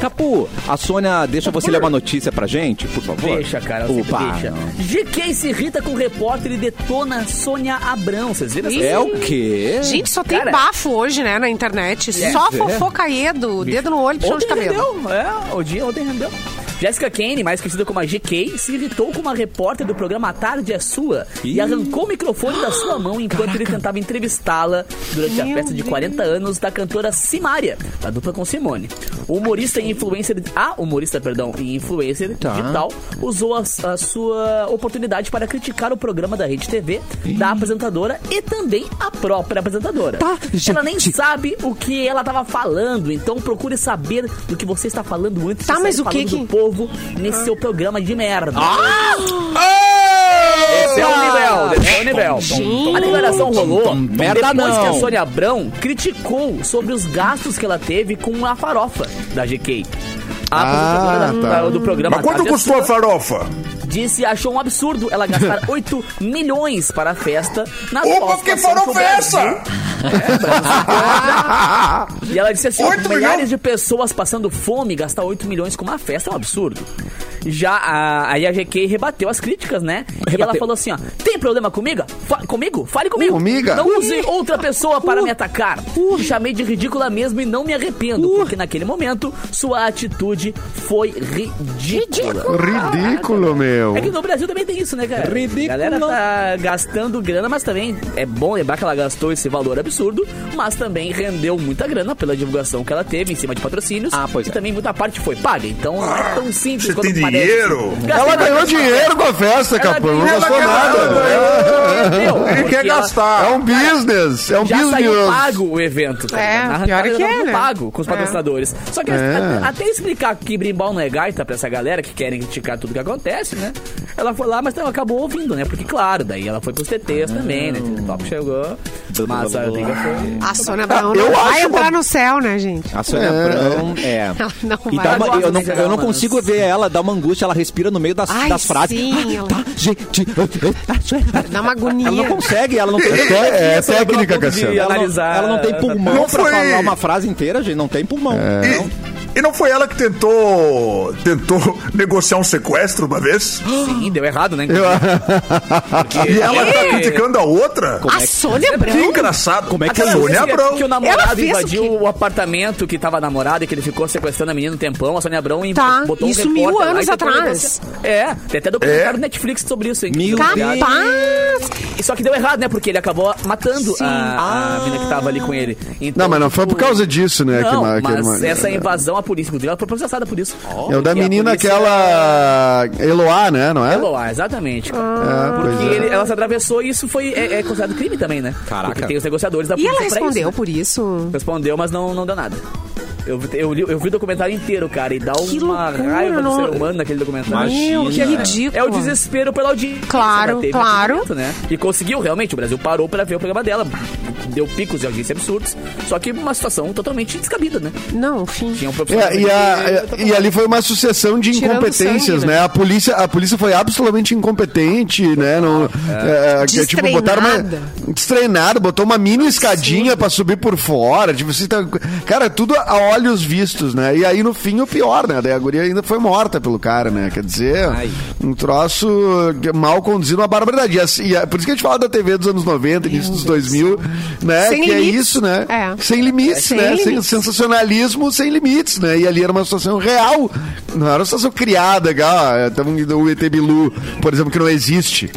S1: Capu, a Sônia, deixa você ler uma notícia pra gente, por favor.
S6: Deixa, cara. Você
S1: Opa.
S6: deixa. GK se irrita com o repórter e detona Sônia Abrão. Vocês viram essa
S1: É o quê?
S3: Gente, só tem
S6: Cara.
S3: bafo hoje, né, na internet. Só fofocaedo, dedo no olho, puxão de
S6: Ontem
S3: cabelo.
S6: rendeu. É, o dia ontem rendeu. Jessica Kane, mais conhecida como a GK, se irritou com uma repórter do programa A Tarde é Sua e arrancou o microfone da sua mão enquanto ele tentava entrevistá-la durante a festa de 40 anos da cantora Simária, da dupla com Simone. O humorista e influencer, a humorista, perdão, e influencer digital, usou a, a sua oportunidade para criticar o programa da Rede TV, da apresentadora e também a própria apresentadora.
S3: Tá,
S6: ela nem
S3: gente.
S6: sabe o que ela estava falando, então procure saber do que você está falando antes
S3: Tá,
S6: de
S3: mas
S6: sair
S3: o que
S6: falando
S3: que-
S6: do povo nesse seu programa de merda. Esse
S2: Esse
S6: é o nível, esse é o nível.
S3: Gente.
S6: A declaração rolou
S1: Merda
S6: depois
S1: não.
S6: que a Sônia Abrão criticou sobre os gastos que ela teve com a farofa da GK. A
S5: Ah,
S6: apresentadora da-
S5: tá.
S6: da- do programa
S7: Mas quanto
S6: Tarde é
S7: custou a
S6: Sua
S7: farofa?
S6: disse e achou um absurdo ela gastar 8 milhões para a festa na
S7: Opa,
S6: atual
S7: que
S6: situação
S7: farofa
S6: que o
S7: é
S6: Brasil-
S7: essa?
S6: É, Brasil- e ela disse assim:
S7: Oito
S6: milhares
S7: milhões?
S6: de pessoas passando fome, gastar 8 milhões com uma festa é um absurdo. Já a, aí a GK rebateu as críticas, né? E ela falou assim: ó, tem problema comigo? Fa- comigo? Fale comigo.
S5: Comiga?
S6: Não use outra pessoa para me atacar. Me chamei de ridícula mesmo e não me arrependo, porque naquele momento sua atitude foi ridícula.
S5: Ridículo, meu.
S6: É que no Brasil também tem isso, né, cara?
S1: Ridículo.
S6: A galera tá gastando grana, mas também é bom lembrar que ela gastou esse valor absurdo, mas também rendeu muita grana pela divulgação que ela teve em cima de patrocínios.
S1: Ah, pois
S6: E
S1: é.
S6: também muita parte foi paga. Então não é tão simples
S7: Você
S6: quanto
S7: tem
S6: parece.
S7: dinheiro?
S1: né?
S6: Gastei
S5: Ela
S6: na
S5: ganhou
S6: mesma-
S5: dinheiro com a festa,
S6: assim, Ela
S5: Capô. Não
S6: ganhou-
S5: gastou
S6: ela
S5: nada.
S6: ganhou, entendeu?
S7: Ele quer
S6: Porque ela-
S7: gastar.
S5: É um business. É um
S6: já saiu
S5: business.
S6: pago o evento. tá
S3: É,
S6: ligado? Na
S3: pior
S6: arrancada
S3: que
S6: já
S3: é,
S6: tava
S3: né?
S6: pago com os
S3: É.
S6: patrocinadores. Só que
S5: É.
S6: a- até explicar que brimbal não é gaita pra essa galera que querem criticar tudo que acontece, né? Ela foi lá, mas ela acabou ouvindo, né? Porque, claro, daí ela foi pros TTs também, né? O top chegou. Mas a liga foi.
S3: A Sônia Abrão
S5: eu
S3: não vai
S5: acho
S3: entrar
S5: uma-
S3: no céu, né, gente?
S1: A Sônia
S5: É.
S1: Abrão, é.
S3: Ela não
S1: E
S3: vai.
S1: dá uma- eu, não,
S6: Vai.
S1: eu não consigo ver ela, dá uma angústia, ela respira no meio das,
S3: Ai,
S1: das frases.
S3: sim, ela-
S1: Tá, gente.
S3: Dá uma agonia.
S1: ah, Ela não consegue, ela não tem.
S5: É, é, é
S1: Ela
S5: técnica,
S1: não-
S5: Cassiano.
S6: analisar-
S1: Ela não tem pulmão
S7: Não
S1: pra
S7: foi- É.
S1: falar uma frase inteira, gente. Não tem pulmão. Não.
S7: E, e não foi ela que tentou tentou negociar um sequestro uma vez?
S6: Sim, deu errado, né?
S7: E ela tá criticando a outra?
S1: é
S3: A Sônia
S7: Que
S3: Abrão?
S7: engraçado.
S1: Como é que
S7: a
S1: ela-
S7: Sônia Abrão?
S6: Que o
S3: Ela
S6: namorado
S3: fez o
S6: invadiu
S3: quê?
S6: o, apartamento que tava a namorada e que ele ficou sequestrando a menina um tempão. A Sônia Abrão e
S3: Tá,
S6: botou um
S3: isso mil
S6: repórter lá
S3: anos
S6: e tentou
S3: atrás.
S6: negociar. É, tem até documentário no Netflix sobre isso, hein?
S1: Meu
S6: Obrigado.
S3: Capaz!
S6: E Só que deu errado, né? Porque ele acabou matando a, a
S3: Ah.
S6: menina que tava ali com ele. Então,
S5: Não, mas não foi por causa disso, né?
S6: Não,
S5: que, ma- que-
S6: mas
S5: ma-
S6: essa invasão à polícia, inclusive, ela foi processada por isso.
S5: É o da
S6: Porque a
S5: menina
S6: polícia-
S5: aquela Eloá, né? Não é?
S6: Eloá, exatamente. cara.
S5: É, pois
S6: Porque
S5: é.
S6: ele- ela se atravessou e isso foi, é, é considerado crime também, né?
S1: Caraca.
S6: Porque tem os negociadores da
S3: E
S6: polícia
S3: ela
S6: pra isso,
S3: respondeu
S6: né?
S3: por isso.
S6: Respondeu, mas não, não deu nada. Eu, vi- eu, li- eu vi o documentário inteiro, cara, e dá
S3: Que
S6: uma
S3: loucura,
S6: raiva do
S3: não-
S6: ser humano naquele documentário.
S3: Meu, que ridículo.
S6: É o desespero pela audiência.
S3: Claro,
S6: que ela teve
S3: claro.
S6: naquele momento, Né? E conseguiu, realmente. O Brasil parou pra ver o programa dela. Deu picos de audiência absurdos. Só que uma situação totalmente descabida, né?
S3: Não, enfim.
S6: Tinha um
S5: É,
S6: profissional...
S5: e, a-
S6: que-
S5: e- e ali foi uma sucessão de
S3: Tirando
S5: incompetências,
S3: sangue, né?
S5: né? A polícia, a polícia foi absolutamente incompetente, né? Não, é, que, tipo, botaram
S3: Destreinada.
S5: uma, destreinado, botou uma mini escadinha pra subir por fora. Tipo, assim, tá- cara, tudo a olhos vistos, né? E aí no fim o pior, né? Daí a guria ainda foi morta pelo cara, né? Quer dizer, um troço que- mal conduzido, uma barbaridade. E, assim, e é- por isso que a gente fala da TV dos anos 90, início dos 2000, né?
S3: Sem
S5: que é
S3: limites.
S5: isso, né?
S3: É.
S5: Sem limites,
S3: Sem
S5: né? Sem,
S3: limites.
S5: sensacionalismo sem limites, né? E ali era uma situação real, não era uma situação criada, cara. Ah, tamo indo- O ET Bilu, por exemplo, que não existe,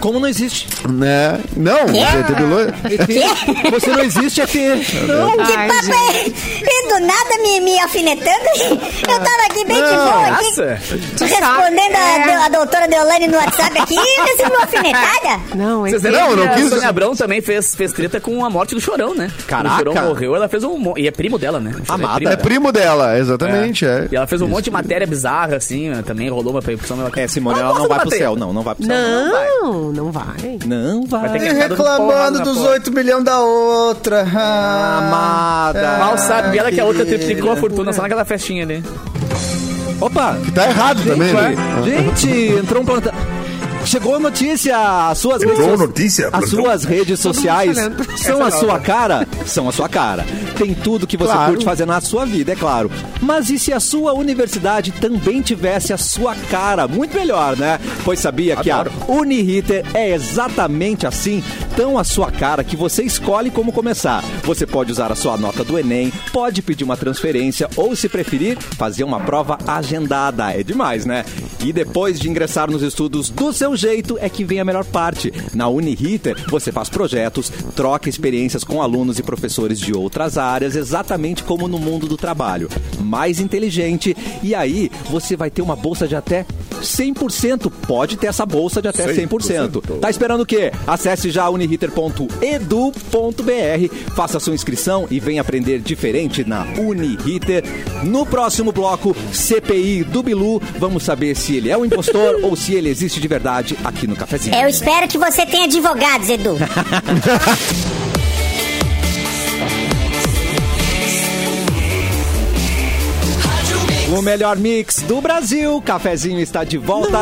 S1: Como não existe?
S5: né? Não, o
S3: Ah!
S5: ET Bilu...
S1: Você não existe, é ter.
S8: Hum, que
S3: Ai,
S8: papo é esse? E do nada me, me alfinetando. Eu tava aqui bem de boa, aqui,
S6: Nossa!
S3: Tu
S8: respondendo
S3: sabe, é.
S8: a, a doutora Deolane no WhatsApp aqui. E você me alfinetada?
S3: Não,
S6: Vocês
S3: esse...
S6: lembram
S5: Não,
S6: que
S5: não
S6: a
S5: quis-
S6: Sônia Abrão também fez, fez treta com a morte do Chorão, né?
S1: Caraca.
S6: O Chorão morreu, ela fez um... mo- E é primo dela, né? O Chorão
S1: Amada.
S5: É
S6: dela.
S5: primo dela, exatamente, é.
S6: E ela fez um monte de matéria bizarra, assim, né? também rolou uma percepção. Ela...
S1: É, Simone,
S6: Ela
S1: ela não
S6: gosta
S1: vai
S6: da
S1: pro
S6: treta.
S1: céu, não. Não vai pro céu.
S3: Não, não vai.
S1: Não, não vai.
S6: Vai ter
S4: E
S6: que ficar dando porrada
S4: reclamando
S6: na
S4: dos
S6: porta.
S4: 8 milhões da outra. Ah,
S1: Amada.
S6: Mal sabe ela que a outra triplicou a fortuna só naquela festinha ali.
S1: Opa!
S5: Tá errado também, né?
S1: Gente, entrou um plantão. Chegou a notícia, as suas
S7: Chegou
S1: redes so-
S7: notícia,
S1: As
S7: plantão?
S1: suas redes
S3: Todo mundo
S1: sociais
S3: falando. é
S1: são a sua cara? São a sua cara. Tem tudo que você
S5: Claro.
S1: curte fazer na sua vida, é claro. Mas e se a sua universidade também tivesse a sua cara? Muito melhor, né? Pois sabia que a Uniriter é exatamente assim, tão a sua cara que você escolhe como começar. Você pode usar a sua nota do Enem, pode pedir uma transferência ou, se preferir, fazer uma prova agendada. É demais, né? E depois de ingressar nos estudos do seu jeito é que vem a melhor parte. Na Uniriter, você faz projetos, troca experiências com alunos e professores de outras áreas, exatamente como no mundo do trabalho. Mais inteligente, e aí você vai ter uma bolsa de até 100%. Pode ter essa bolsa de até 100%. Tá esperando o quê? Acesse já uniriter.edu.br, faça sua inscrição e venha aprender diferente na Uniriter. No próximo bloco, CPI do Bilu, vamos saber se ele é um impostor ou se ele existe de verdade aqui no cafezinho.
S8: Eu espero que você tenha advogados, Edu.
S1: O melhor mix do Brasil, Cafezinho está de volta.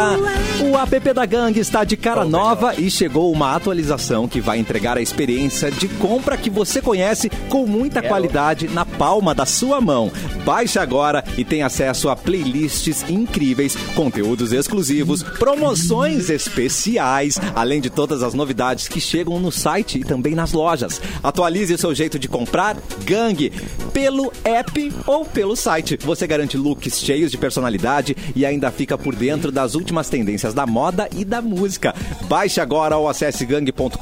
S1: O app da Gang está de cara nova e chegou uma atualização que vai entregar a experiência de compra que você conhece com muita qualidade na palma da sua mão. Baixe agora e tem acesso a playlists incríveis, conteúdos exclusivos, promoções especiais, além de todas as novidades que chegam no site e também nas lojas. Atualize seu jeito de comprar Gang pelo app ou pelo site. Você garante looks cheios de personalidade e ainda fica por dentro das últimas tendências da moda e da música. Baixe agora ou acesse gang.com.br,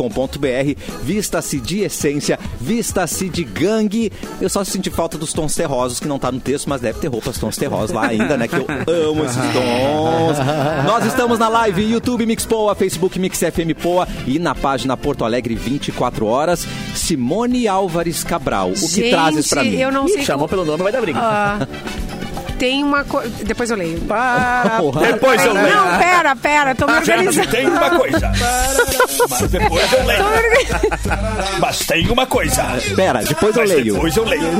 S1: vista-se de essência, vista-se de gangue. Eu só senti falta dos tons terrosos, que não tá no texto, mas deve ter roupas tons terrosos lá ainda, né? Que eu amo esses tons. Nós estamos na live YouTube Mix Poa, Facebook Mix FM Poa e na página Porto Alegre 24 horas, Simone Álvares Cabral. O que
S3: Gente,
S1: trazes pra mim?
S3: eu não sei.
S6: Ih, chamou pelo nome, vai dar briga.
S3: Ah, tem uma coisa. Depois eu leio. Para,
S1: Porra.
S7: É
S3: para,
S2: Depois eu
S3: para.
S2: leio.
S3: Não, pera, pera. Tô me
S7: Ah,
S2: Gente,
S3: organizando.
S2: tem uma coisa. Mas depois eu
S3: Tô me
S2: leio.
S3: organizando.
S2: Mas tem uma coisa.
S1: Pera, depois eu
S2: Mas
S1: leio. assim,
S2: depois eu leio.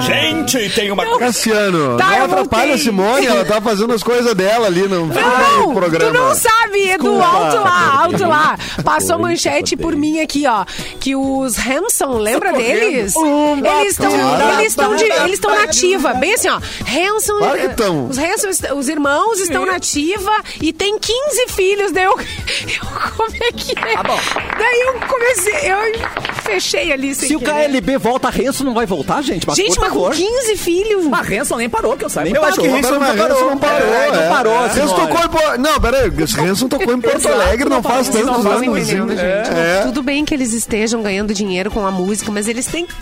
S2: Gente, tem uma coisa.
S5: Cassiano,
S3: Tá, eu
S5: não atrapalha
S3: voltei.
S5: a Simone, ela tá fazendo as coisas dela ali no
S3: Não,
S5: programa.
S3: Tá tu não sabe, Edu,
S5: Desculpa.
S3: alto lá, alto lá. Passou
S1: Oi,
S3: manchete por mim aqui, ó, que os Hanson, lembra deles?
S5: Um,
S3: Eles estão
S5: dois,
S3: eles estão de- eles estão na ativa, bem assim, ó. Hanson,
S5: Claro que tão.
S3: os Hanson, est- os irmãos estão na ativa e tem 15 filhos, daí eu, eu como é que é?
S6: bom.
S3: Daí eu comecei, eu fechei ali sem
S1: Se o
S3: querer.
S1: KLB volta, Renzo não vai voltar, gente? Mas,
S3: Gente,
S1: por
S3: mas com
S1: favor.
S3: 15 filhos.
S6: Mas Hanson nem parou, que eu saiba.
S1: Nem parou.
S5: Não,
S1: Renzo
S5: mas Renzo não parou.
S1: É, não parou,
S5: Renzo
S1: Simone.
S5: tocou em Porto... Não, peraí. Renzo tocou em Porto Alegre não faz
S3: Vocês não
S5: tantos
S3: estão
S5: anos.
S3: entendendo,
S5: assim.
S3: um né, gente.
S5: É.
S3: Tudo bem que eles estejam ganhando dinheiro com a música, mas eles têm 15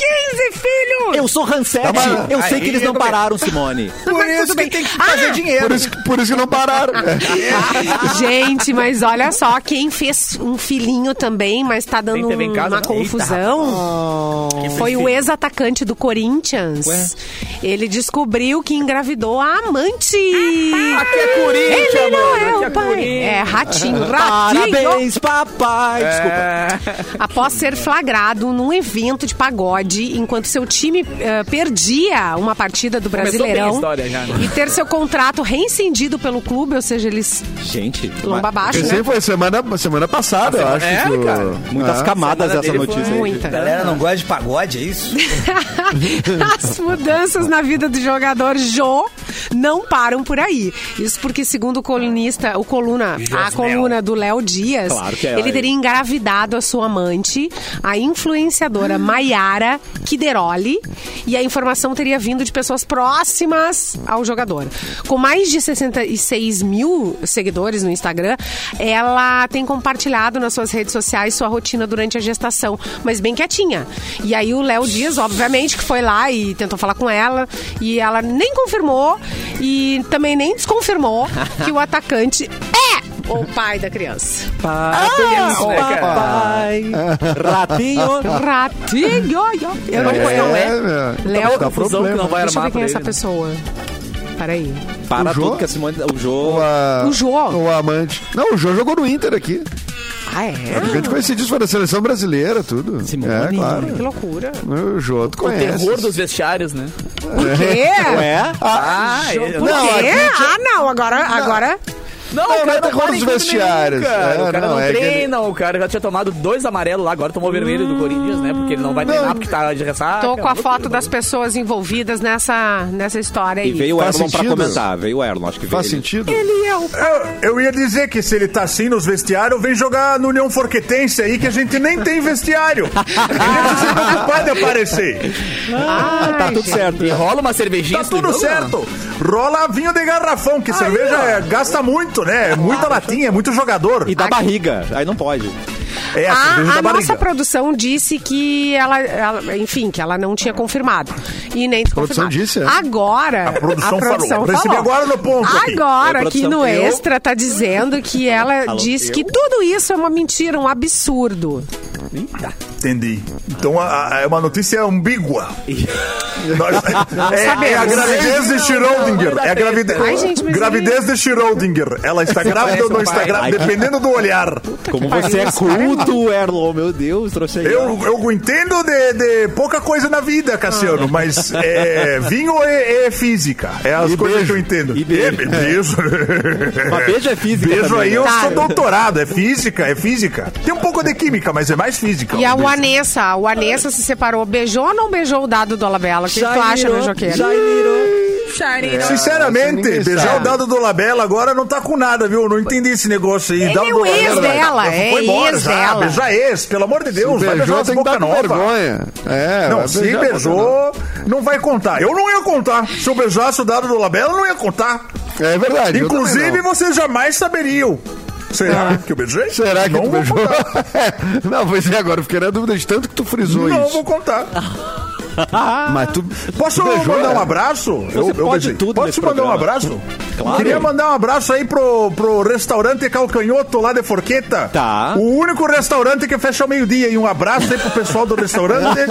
S3: filhos!
S1: Eu sou Rancete.
S5: Tá, mas-
S1: eu sei
S2: aí
S1: que eles não
S2: eu come-
S1: pararam, Simone.
S3: Mas
S4: Por isso
S3: tudo
S4: que
S3: bem.
S4: tem que fazer
S3: Ah!
S4: dinheiro.
S5: Por isso, que- por isso que não pararam.
S3: Gente, mas olha só, quem fez um filhinho também, mas tá dando
S6: Tem TV em
S3: um-
S6: casa,
S3: uma
S6: né?
S3: confusão, foi o ex-atacante do Corinthians. Ele descobriu que engravidou a amante.
S2: Aqui é Corinthians,
S3: Ele não
S2: mano,
S3: é
S2: aqui é
S3: o pai.
S2: Corinthians.
S3: É, ratinho, ratinho.
S1: Parabéns, papai. Desculpa.
S3: Após ser flagrado num evento de pagode, enquanto seu time eh, perdia uma partida do
S6: Começou bem a
S3: Brasileirão
S6: história já, né?
S3: e ter seu contrato reincendido pelo clube, ou seja, eles
S1: Gente,
S3: lomba
S1: mas-
S3: abaixo,
S5: Esse aí
S3: né?
S5: foi semana, semana passada, Ah, eu acho.
S6: é,
S5: que-
S6: cara.
S1: muitas
S5: Ah.
S1: camadas
S6: semana
S1: essa
S6: dele
S1: notícia. aí.
S3: Muita.
S4: A galera não gosta de pagode, é isso?
S3: As mudanças na vida do jogador Jô não param por aí. Isso porque, segundo o colunista, o coluna, a coluna do Léo Dias,
S1: Claro que é,
S3: ele
S1: aí.
S3: teria engravidado a sua amante, a influenciadora Maiara Kideroli, e a informação teria vindo de pessoas próximas ao jogador. Com mais de 66 mil seguidores no Instagram, ela tem compartilhado nas suas redes sociais sua rotina durante a gestação, mas bem quietinha. E aí o Léo Dias, obviamente, que foi lá e tentou falar com ela, e ela nem confirmou e também nem desconfirmou que o atacante é o pai da criança.
S1: Parabéns,
S6: né, cara?
S1: papai. Ratinho.
S3: Ratinho! Eu não
S5: É,
S3: conheço, não é?
S5: meu.
S3: Léo,
S5: Tá
S6: Confusão que
S5: problema.
S6: não vai
S3: Deixa eu
S6: armar
S3: ver quem é
S6: pra
S3: essa
S6: ele, né?
S3: pessoa. Peraí.
S1: Para
S5: O Jô?
S1: tudo que a Simone... O jogo...
S5: a-
S3: O Jô.
S5: O amante. Não, o Jô jogou no Inter aqui.
S3: Ah,
S5: A
S3: é?
S5: gente conhecidíssimo, foi da seleção brasileira, tudo.
S1: Simone.
S5: É, claro.
S3: Que loucura.
S5: O Jô, tu
S6: O
S5: conhece.
S6: terror dos vestiários, né?
S3: Por quê?
S1: Ué?
S6: Ah,
S3: Por quê? Ah, é, não, agora. agora...
S6: Não,
S5: Não, tá
S6: o
S5: vai ter
S6: cara não para
S5: roda
S6: em
S5: dos
S6: clube
S5: vestiários.
S6: nenhum, cara.
S5: É,
S6: o cara
S5: não,
S6: não,
S5: é que ele-
S6: treina, o cara já tinha tomado dois amarelos lá, agora tomou vermelho do Corinthians, né? Porque ele não vai treinar porque tá de ressaca.
S3: Tô com a
S6: loucura,
S3: foto
S6: loucura.
S3: das pessoas envolvidas nessa, nessa história aí.
S1: E veio o
S5: Faz
S1: Erlon pra
S5: sentido?
S1: comentar. Veio o Erlon, acho que veio.
S5: Faz
S1: ele.
S5: sentido?
S7: Eu, eu ia dizer que se ele tá assim nos vestiários, vem jogar no União Forquetense aí, que a gente nem tem vestiário. Ele não se preocupar de é aparecer.
S3: Ai,
S1: Tá tudo
S3: gente.
S1: certo.
S6: E rola uma cervejinha.
S7: Tá
S6: esse
S7: tudo
S6: jogo,
S1: assim,
S7: certo.
S6: não?
S7: Rola vinho de garrafão, que cerveja é, gasta muito, né? É muita latinha, é muito jogador.
S1: Ah, E Ah, da barriga. Aí não pode.
S7: É, a cerveja
S3: A,
S7: da
S3: a
S7: barriga.
S3: nossa produção disse que ela, ela- enfim, que ela não tinha confirmado. E nem desconfirmado.
S5: produção disse, é?
S3: Agora, a
S7: produção
S3: produção
S7: falou. Recebi agora no ponto aqui.
S3: Agora,
S1: É,
S3: aqui
S1: produção,
S3: no
S1: eu-
S3: Extra, tá dizendo que ela disse que tudo isso é uma mentira, um absurdo.
S7: Entendi. Então a- a- é uma notícia ambígua. Nós- é, é a gravidez de Schrödinger. É a gravidez,
S3: Ai, gente, mas
S7: gravidez de Schrödinger. Ela está grávida ou não está grávida, dependendo do olhar.
S1: Como você é culto, Erlon. oh, Meu Deus, trouxe aí.
S7: Eu, eu entendo de, de pouca coisa na vida,
S1: Ah.
S7: Cassiano, mas é, vinho é, é física. É as
S5: E
S7: coisas
S5: beijo.
S7: que eu entendo.
S1: E beijo.
S7: É, beijo.
S1: Mas beijo é física
S7: Beijo
S1: também,
S7: aí,
S1: né?
S7: eu
S3: Tá.
S7: sou doutorado. É física, é física. Tem um pouco de química, mas é mais física.
S3: E a
S7: beijo.
S3: Vanessa, a Vanessa se separou, beijou ou não beijou o dado do Alabella? O que tu acha, meu joqueiro?
S6: É.
S7: né? Sinceramente,
S5: Ah, ninguém
S7: beijar
S5: sabe.
S7: o dado do Labela agora não tá com nada, viu? Não entendi esse negócio aí.
S3: Ele
S7: Dado
S3: é
S7: do
S3: o ex
S7: Labella,
S3: dela,
S7: já
S3: é
S7: foi embora,
S3: ex
S7: já.
S3: dela.
S7: Beijar ex, pelo amor de Deus. vai beijar
S5: Beijou,
S7: umas
S5: tem que
S7: boca
S5: dar com
S7: nova.
S5: vergonha. É,
S7: Não,
S5: vai
S7: se
S5: beijar, boca
S7: beijou, não vai contar. Eu não ia contar. Se eu beijasse o dado do Labela, eu não ia contar.
S5: nova. É verdade. eu também
S7: Inclusive,
S5: não. Ah.
S7: vocês jamais saberiam. Será que eu beijei?
S5: Será que
S7: não
S5: tu
S7: vou
S5: beijou?
S7: contar.
S5: não, pois é, agora eu fiquei na dúvida de tanto que tu frisou
S7: Não
S5: isso.
S7: vou contar.
S5: Mas tu.
S7: Posso
S5: tu beijou,
S7: mandar
S5: né?
S7: um abraço?
S1: é. pode tudo
S7: Posso
S1: nesse
S7: mandar um
S1: programa.
S7: abraço? Queria mandar um abraço aí pro, pro restaurante Calcanhoto lá de Forqueta.
S1: Tá.
S7: O único restaurante que fecha ao meio-dia. E um abraço aí pro pessoal do restaurante.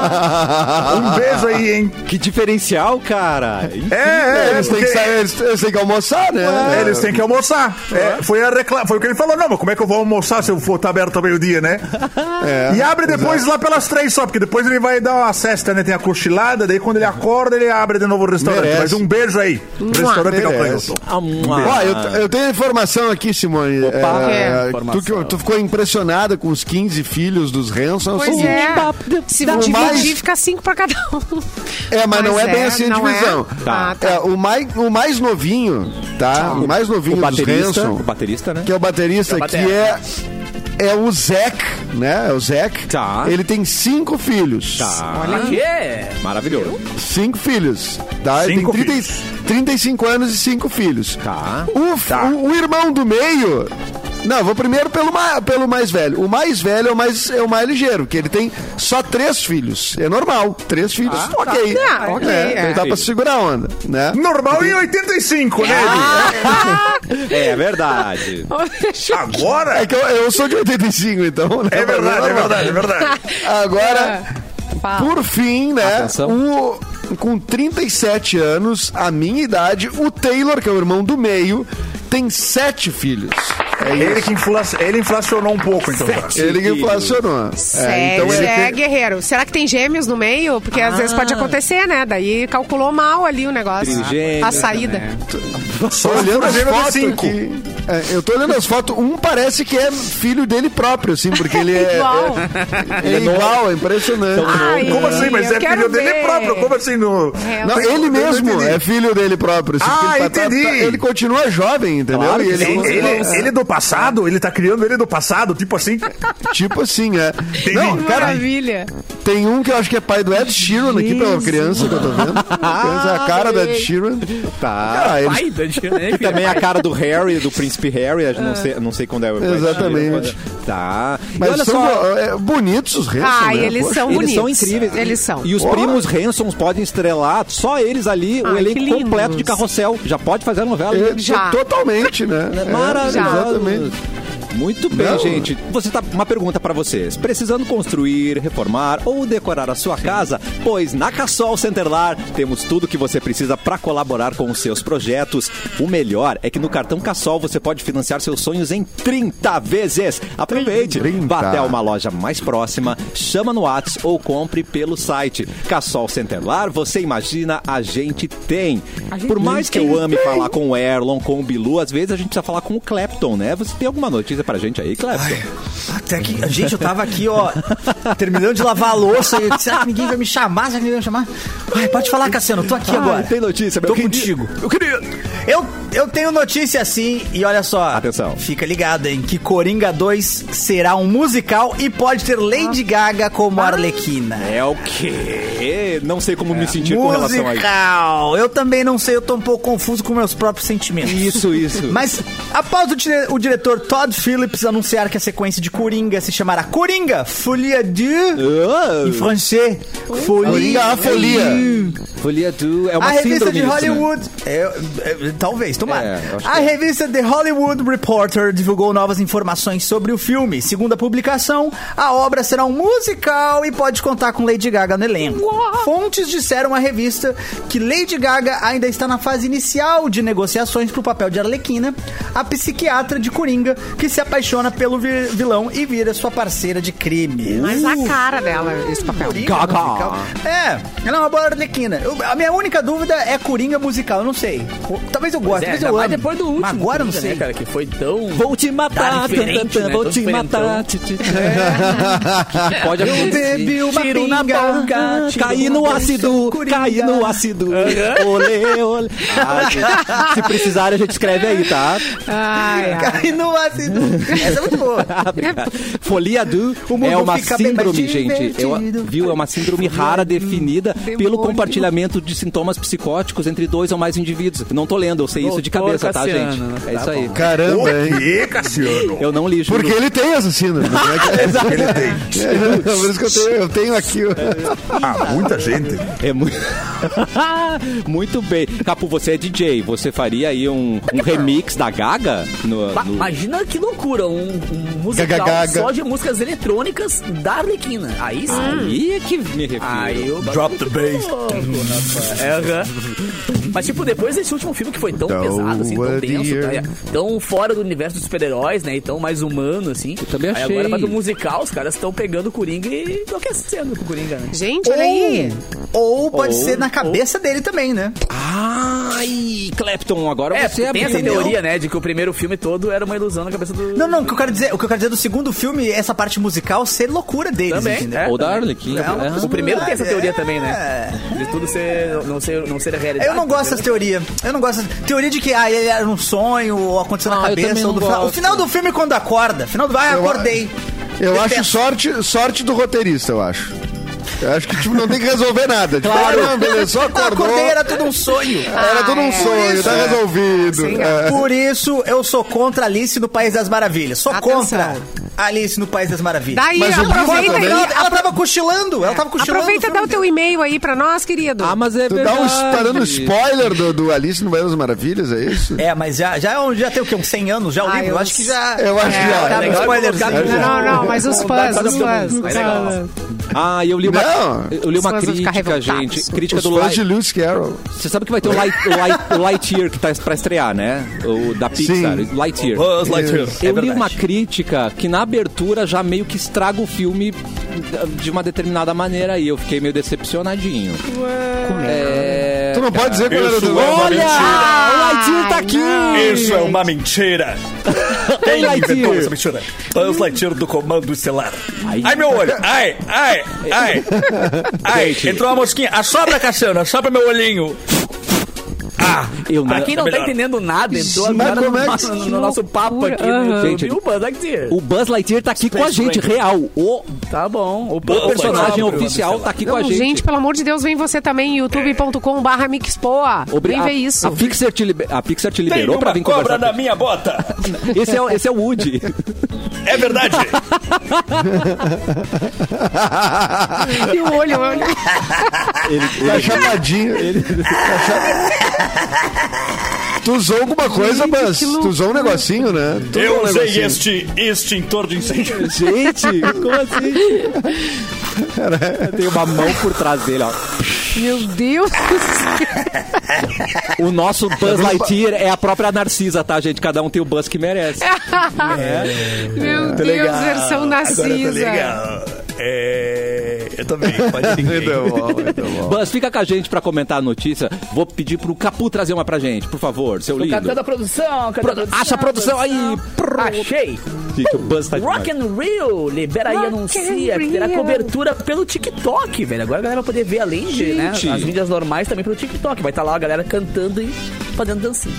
S7: um beijo aí, hein?
S1: Que diferencial, cara.
S7: É, é, é,
S5: eles, têm que
S7: porque-
S5: sair, eles, eles têm que almoçar, né?
S7: É, eles têm que almoçar. É, foi, a recla... foi o que ele falou. Não, mas como é que eu vou almoçar se eu for tá aberto ao meio-dia, né?
S5: É,
S7: e abre depois lá pelas três só, porque depois ele vai dar uma cesta, né? Tem a cochilada, daí quando ele acorda, ele abre de novo o restaurante.
S5: Merece.
S7: Mas um beijo aí. Restaurante
S5: merece.
S7: Calcanhoto. É.
S5: Ó, eu, eu tenho a informação aqui, Simone. É,
S6: É.
S5: tu, que- tu ficou impressionada com os 15 filhos dos assim, Hansons.
S3: Pois
S7: um
S3: é. Se
S5: O
S3: dividir,
S5: mais-
S3: fica cinco pra cada um.
S5: É, mas não é bem assim a
S3: não é?
S5: divisão.
S3: Ah, tá.
S5: É, o, mais, o mais novinho, tá? O mais novinho
S1: O
S5: dos
S1: baterista,
S5: Hanson,
S1: o baterista, né?
S5: que é o baterista, que
S6: batera.
S5: é, é o Zac, né? É o Zac.
S1: Tá.
S5: Ele tem cinco filhos.
S1: Tá,
S6: Olha que é.
S1: maravilhoso.
S5: Cinco filhos. Tá? Ele
S7: Cinco
S5: tem 30, e-
S7: filhos.
S5: 35 anos e cinco filhos.
S1: Tá.
S5: O, f- o- o irmão do meio. Não, vou primeiro pelo, ma- pelo mais velho. O mais velho é o mais, é o mais ligeiro, que ele tem só três filhos. É normal. Três filhos, ok.
S3: Tá, ok,
S5: É,
S3: é.
S5: Então dá pra segurar a onda, né?
S7: Normal em 85, né, Edu?
S1: É verdade.
S7: Agora?
S5: É que eu, eu sou de 85, então. né?
S7: É verdade, é verdade, é verdade.
S5: Agora,
S3: Ah,
S5: por fim, né?
S1: Atenção.
S5: O, com 37 anos, a minha idade, o Taylor, que é o irmão do meio, tem sete filhos. É isso.
S7: Ele que infla... ele inflacionou um pouco, então. cara.
S5: Ele que inflacionou.
S3: É,
S5: então ele
S3: é
S5: tem-
S3: guerreiro. Será que tem gêmeos no meio? Porque às vezes pode acontecer, né? Daí calculou mal ali o negócio.
S1: Trigêmeos,
S3: a saída.
S5: Tô olhando as
S7: Gêmeo de
S5: fotos
S7: cinco.
S5: aqui. É, eu tô olhando as fotos, um parece que é filho dele próprio, assim, porque ele é.
S3: Igual.
S5: É, é igual, é impressionante.
S3: Ai,
S7: Como assim? Mas
S3: eu
S7: é
S3: quero
S7: filho dele
S3: ver.
S7: próprio. Como assim? No...
S5: Não, ele mesmo
S7: entendi.
S5: é filho dele próprio. assim,
S7: Ah,
S5: porque ele
S7: entendi.
S5: ele continua jovem, entendeu?
S1: Claro
S5: E
S1: que
S5: ele, é um
S7: Ele, é. ele, ele do passado? Ele tá criando ele do passado? Tipo assim?
S5: tipo assim, é. Não, cara,
S3: Maravilha.
S5: tem um que eu acho que é pai do Ed Sheeran aqui pela criança que eu tô vendo. Criança, é a cara do Ed Sheeran. Tá. Ele,
S6: Pai, da gente, né, filho?
S1: Também a cara do Harry, do príncipe Harry, eu não sei, não sei quando é. o-
S5: Exatamente.
S1: Tá. e
S5: mas
S1: olha
S5: são
S1: só,
S5: bo- é, bonitos os restos,
S3: Ai,
S5: né?
S3: eles
S5: Poxa.
S3: são
S1: eles
S3: bonitos.
S1: são incríveis.
S3: Eles são.
S1: E os primos Hansons podem estrelar, só eles ali, o
S3: Ai, que
S1: elenco
S3: lindos.
S1: completo de Carrossel. Já pode fazer a novela.
S5: É,
S3: Já.
S5: Totalmente, né? É,
S1: Maravilhoso.
S5: Exatamente.
S1: Muito bem,
S5: Não.
S1: gente. Você tá uma pergunta para vocês. Precisando construir, reformar ou decorar a sua casa? Pois na Cassol Centerlar temos tudo que você precisa para colaborar com os seus projetos. O melhor é que no cartão Cassol você pode financiar seus sonhos em 30 vezes. Aproveite,
S5: 30.
S1: vá até uma loja mais próxima, chama no Whats ou compre pelo site. Cassol Centerlar, você imagina, a gente tem. Por mais que eu ame falar com o Erlon, com o Bilu, às vezes a gente precisa falar com o Clapton, né? Você tem alguma notícia pra gente aí, Clapton?
S4: Até é que, gente, eu tava aqui, ó, terminando de lavar a louça. E eu disse, ah, ninguém vai me chamar, será que ninguém vai me chamar? Ai, pode falar, Cassiano, eu tô aqui
S1: Ah,
S4: agora.
S1: Tem notícia, meu
S4: Tô
S1: querido.
S4: contigo.
S1: Eu queria.
S4: Eu, eu tenho notícia assim, e olha só.
S1: Atenção.
S4: Fica ligado, hein, que Coringa 2 será um musical e pode ter
S1: Ah.
S4: Lady Gaga como Arlequina.
S1: É o quê? Não sei como
S4: É.
S1: me sentir Tipo com relação a isso.
S4: Musical! Eu também não sei, eu tô um pouco confuso com meus próprios sentimentos.
S1: Isso, isso.
S4: Mas após o, dire- o diretor Todd Phillips anunciar que a sequência de Coringa se chamará Coringa Folia du
S1: Ah,
S4: em francês,
S5: Uh. Coringa à folia.
S1: Folia do é uma
S4: a
S1: síndrome
S4: revista de
S1: isso, né?
S4: Hollywood. É, é, talvez, tomara.
S1: É, eu acho
S4: a revista The Hollywood Reporter divulgou novas informações sobre o filme. Segundo a publicação, a obra será um musical e pode contar com Lady Gaga no elenco. Fontes disseram à revista que Lady Gaga ainda está na fase inicial de negociações para o papel de Arlequina, a psiquiatra de Coringa que se apaixona pelo vi- vilão e vira sua parceira de crime.
S3: Mas a cara dela, esse papel.
S1: Gaga.
S4: Musical. É, ela é uma boa arlequina. Eu- a minha única dúvida é Coringa musical, eu não sei. Talvez eu goste,
S6: Pois
S4: talvez
S6: é, ainda
S4: eu
S6: mais
S4: ame.
S6: depois do último.
S4: Mas agora eu não
S6: Coringa,
S4: sei.
S6: Né, cara, que foi tão.
S1: Vou te matar,
S6: Tá diferente,
S1: tan, tan, tan,
S6: né?
S1: vou
S6: Todo
S1: te
S6: diferentão.
S1: matar. ti, ti. Pode acontecer.
S4: Bebi uma
S6: Tiro na
S4: pinga,
S6: boca, tiro
S1: Caí no ácido,
S4: Coringa.
S1: caí no ácido. Olê, olê. Ah, gente, se precisar, a gente escreve aí, tá?
S3: Ai, ai.
S4: Caí no ácido. Essa é muito boa.
S1: Tá Obrigado. Folia do
S4: O mundo
S1: é uma
S4: fica bem mais
S1: síndrome, gente. Eu-
S4: divertido.
S1: viu? É uma síndrome rara definida pelo
S3: Demônio.
S1: compartilhamento de sintomas psicóticos entre dois ou mais indivíduos. Não tô lendo, eu sei isso de
S6: Doutor
S1: cabeça, tá,
S6: Cassiano,
S1: gente?
S6: tá
S1: É isso aí.
S5: Caramba,
S7: O
S5: hein?
S7: quê, Cassiano?
S1: Eu não li, juro.
S5: Porque ele tem assassino. né?
S7: Ele tem.
S5: É, Por isso que eu tenho, eu tenho aqui. ó.
S7: Ah, muita gente.
S1: É muito... muito bem. Capu, você é DJ. Você faria aí um, um remix da Gaga? No,
S6: Ba-
S1: no-
S6: Imagina que loucura, um, um musical
S5: Gagagaga.
S6: só de músicas eletrônicas da Arlequina. Aí sim.
S1: Aí é que me refiro.
S6: Aí eu
S7: Drop the bass.
S6: Mas, tipo, depois desse último filme que foi tão
S5: Don't
S6: pesado, assim, tão
S5: worry.
S6: denso, tá? tão fora do universo dos super-heróis, né? E tão mais humano, assim. Eu
S1: também
S6: Aí agora
S1: achei.
S6: vai pro musical, os caras estão pegando o Coringa e enlouquecendo com o Coringa, né?
S3: Gente, olha
S4: Oh.
S3: aí.
S4: Ou pode ser na cabeça dele também, né?
S1: Ai, Clapton, agora
S6: É,
S1: você
S6: tem essa
S1: abriu.
S6: teoria, né? De que o primeiro filme todo era uma ilusão na cabeça do...
S4: Não, não, o que eu quero dizer, o que eu quero dizer do segundo filme é essa parte musical ser loucura deles,
S6: Também,
S4: entendeu?
S6: é,
S1: Ou da
S6: também.
S1: Arlequina.
S6: É,
S1: É.
S6: O primeiro
S4: Ah,
S6: tem essa teoria também, né?
S4: É.
S6: De tudo ser, não ser, não ser a realidade.
S4: Eu não gosto dessa teoria. Eu não gosto dessa teoria de que ah, ele era um sonho, ou aconteceu
S1: Ah,
S4: na
S1: eu também
S4: cabeça, ou
S1: não
S4: do final. O
S1: gosto.
S4: final do filme é quando acorda. Final do. Ah,
S5: Eu-
S4: acordei.
S5: Eu acho
S4: Detesto.
S5: sorte, sorte do roteirista, eu acho. Eu acho que tipo, não tem que resolver nada. Tipo, ah, não, beleza, só
S4: Ah,
S5: acordou.
S4: acordei, era tudo um sonho.
S5: Era tudo um
S3: é.
S5: sonho, tá resolvido. É.
S4: Por isso eu sou contra Alice no País das Maravilhas. Sou
S3: Atenção.
S4: contra Alice no País das Maravilhas.
S3: Daí,
S5: Mas o Bruno
S3: aproveita
S5: também-
S3: aí.
S4: Ela, ela
S3: apro-
S4: tava cochilando, ela tava
S1: É.
S4: cochilando.
S3: Aproveita e
S4: no
S3: dá
S4: filme
S3: o teu e-mail aí pra nós, querido.
S1: Ah, mas é
S5: Tu dá
S1: verdade.
S5: um, tá dando spoiler do, do Alice no País das Maravilhas, é isso?
S4: É, mas já, já, é um- já tem o quê? Uns 100 anos já o
S3: Ah,
S4: livro? Eu
S3: eu
S4: acho que já.
S5: Eu acho
S1: É,
S5: que já.
S4: tá
S6: legal
S4: no spoiler.
S6: colocar-
S1: né?
S3: Não, não, não, mas os fãs, os fãs. os
S6: É legal.
S3: fãs.
S1: Ah, eu li uma,
S5: Não.
S1: eu li uma
S3: Os fãs vão
S1: crítica,
S3: ficar revoltados.
S1: gente. Crítica
S5: Os
S1: do
S5: fãs
S1: Light.
S5: de Lewis Carroll.
S1: Você sabe que vai ter o, Light, o, Light, o Lightyear que tá pra estrear, né? O da Pixar.
S5: Sim.
S1: Lightyear.
S6: Uhum.
S7: Buzz Lightyear.
S4: é
S6: É
S1: Eu li uma crítica que na abertura já meio que estraga o filme de uma determinada maneira e eu fiquei meio decepcionadinho. É...
S5: Tu não pode dizer que
S7: isso
S5: era do
S7: é uma
S1: Olha!
S7: mentira.
S1: O Lightyear tá aqui!
S7: Isso é uma mentira.
S6: É
S7: Quem
S6: um
S1: Lightyear.
S7: inventou essa mentira? Buzz Lightyear do comando estelar.
S1: Ai.
S2: Ai, meu olho. Ai, ai, ai. Ai, entrou uma mosquinha. Assopra, Cassiano. Assopra meu olhinho. Ah,
S1: Eu não-
S6: Pra quem não tá
S2: Melhor.
S6: entendendo nada, entrou
S5: Mas
S6: agora
S5: como é
S6: no,
S5: que-
S6: no- no nosso papo aqui no
S1: Aham.
S6: YouTube, o Buzz Lightyear.
S1: O Buzz Lightyear tá aqui com a gente,
S2: Ranger.
S1: real. O
S6: Tá bom. O
S1: personagem oficial tá aqui com a
S3: Não,
S1: gente.
S3: gente. pelo amor de Deus, vem você também, youtube.com.br Mixpoa.
S1: Obri-
S3: Vem
S1: a-
S3: ver isso.
S1: A Pixar te, liber- a Pixar te
S2: Tem
S1: liberou pra
S2: uma
S1: vir
S2: cobra
S1: conversar.
S2: na
S1: com-
S2: minha bota.
S1: Esse é, o- esse é o Woody.
S2: É verdade.
S3: E o olho, o olho.
S5: Tá chamadinho. Tá Tu usou alguma coisa, mas tu usou um negocinho, né? Tu
S2: Eu
S5: usou um
S2: usei
S5: negocinho.
S2: este extintor de incêndio.
S1: Gente, como assim? Cara, Tem uma mão por trás dele, ó.
S3: Meu Deus do céu.
S1: O nosso Buzz Lightyear é a própria Narcisa, tá, gente? Cada um tem o Buzz que merece.
S3: Meu Deus,
S1: legal.
S3: versão
S2: Agora tá
S3: Narcisa.
S2: legal. É, eu também, pode ninguém.
S5: Muito bom, muito bom.
S1: Buzz, fica com a gente pra comentar a notícia. Vou pedir pro Capu trazer uma pra gente, por favor, seu lindo.
S6: Cadê a produção? Cadê a produção?
S1: Acha a produção aí. Prrr.
S6: Achei.
S1: Gente, o Buzz tá demais.
S6: Rock and Rio libera aí
S3: Rock
S6: anuncia
S3: and
S6: que terá
S3: Rio.
S6: cobertura pelo TikTok, velho. Agora a galera vai poder ver além de né,
S1: Gente.
S6: as mídias normais também pelo TikTok. Vai estar lá a galera cantando e fazendo dancinha.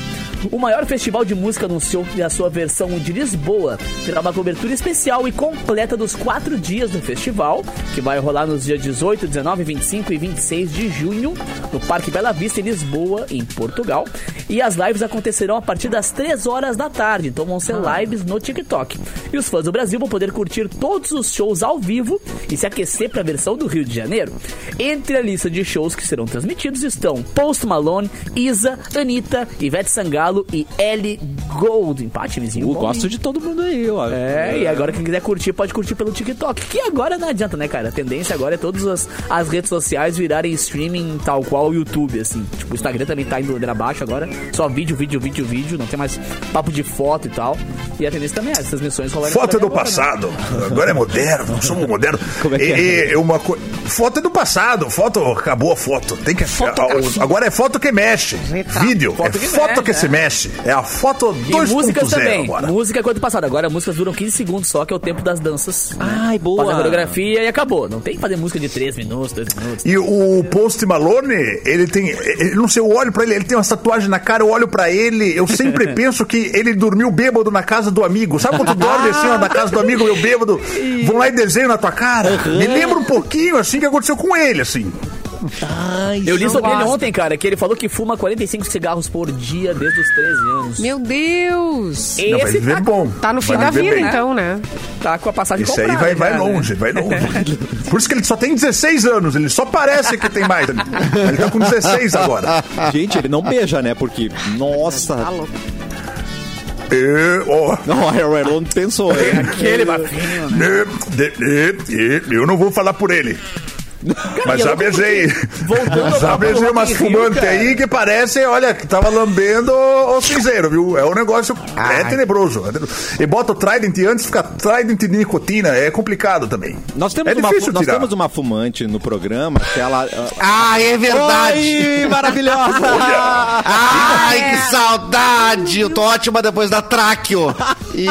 S6: O maior festival de música anunciou que a sua versão de Lisboa terá uma cobertura especial e completa dos quatro dias do festival, que vai rolar nos dias 18, 19, 25 e 26 de junho, no Parque Bela Vista, em Lisboa, em Portugal. E as lives acontecerão a partir das 3 horas da tarde, então vão ser lives no TikTok. E os fãs do Brasil vão poder curtir todos os shows ao vivo e se aquecer para a versão do Rio de Janeiro. Entre a lista de shows que serão transmitidos estão Post Malone, Isa, Anitta, Ivete Sangalo e Ellie Gold. Empate, vizinho.
S1: Eu
S6: bom,
S1: gosto
S6: hein?
S1: de todo mundo aí, ó.
S6: É, e agora quem quiser curtir, pode curtir pelo TikTok. Que agora não adianta, né, cara? A tendência agora é todas as, as redes sociais virarem streaming tal qual o YouTube, assim. Tipo, o Instagram também tá indo ladeira abaixo agora. Só vídeo, vídeo, vídeo, vídeo. Não tem mais papo de foto e tal. E a tendência também é essas missões rolarem.
S7: Foto
S6: também
S7: do
S6: agora, né?
S7: passado. Agora é moderno, somos modernos.
S1: Como é que
S7: E- e uma co- Foto é do passado, foto, acabou a foto. Tem que
S6: Fotografia.
S7: Agora é foto que mexe. Vídeo,
S6: Foto
S7: é
S6: que
S7: foto
S6: mexe,
S7: que
S6: né?
S7: se mexe. É a foto
S6: E músicas
S7: 2.0
S6: também.
S7: agora.
S6: Música é coisa do passado. Agora músicas duram 15 segundos só, que é o tempo das danças.
S1: Ai, boa.
S6: Faz a coreografia e acabou. Não tem que fazer música de 3 minutos, 2 minutos.
S7: E o Post Malone, ele tem. Ele, não sei, eu olho pra ele, ele tem uma tatuagem na cara, eu olho pra ele, eu sempre penso que ele dormiu bêbado na casa do amigo. Sabe quando tu dorme assim, ó, na casa do amigo, meu bêbado? Vão lá e desenham na tua cara. Me lembra um pouquinho, assim, que aconteceu com ele, assim.
S6: Eu li
S3: não
S6: sobre ele
S3: gosto.
S6: ontem, cara, que ele falou que fuma 45 cigarros por dia desde os 13 anos.
S3: Meu Deus.
S7: Não, vai
S6: Esse
S7: viver
S6: tá,
S7: bom.
S3: Tá no fim
S7: Vai
S3: da
S7: viver
S3: vida,
S7: bem.
S3: então, né?
S6: tá com a passagem
S7: Isso aí
S6: comprada
S7: vai, vai
S6: já, né?
S7: longe, vai longe. Por isso que ele só tem 16 anos, ele só parece que tem mais. Ele, ele tá com 16 agora.
S1: Gente, ele não beija, né? Porque, nossa.
S7: É E, ó,
S1: Não, a Harold não pensou.
S7: É.
S6: Aquele bafinho, né?
S7: e, de- e, e, eu não vou falar por ele. Mas já beijei.
S6: Voltando
S7: Já
S6: ao
S7: beijei
S6: Rock
S7: umas
S6: in Rio,
S7: fumantes
S6: cara.
S7: é aí que parecem, olha, que tava lambendo o o cinzeiro, viu? É um negócio. É tenebroso. é tenebroso. E bota o Trident antes, fica Trident de nicotina, é complicado também.
S1: Nós temos,
S7: é
S1: uma,
S7: difícil
S1: fu- nós
S7: tirar.
S1: temos um- uma fumante no programa que ela.
S5: Ah, é verdade!
S1: Oi, maravilhosa!
S5: Ai, que saudade! Eu tô ótima depois da Tráqueo. E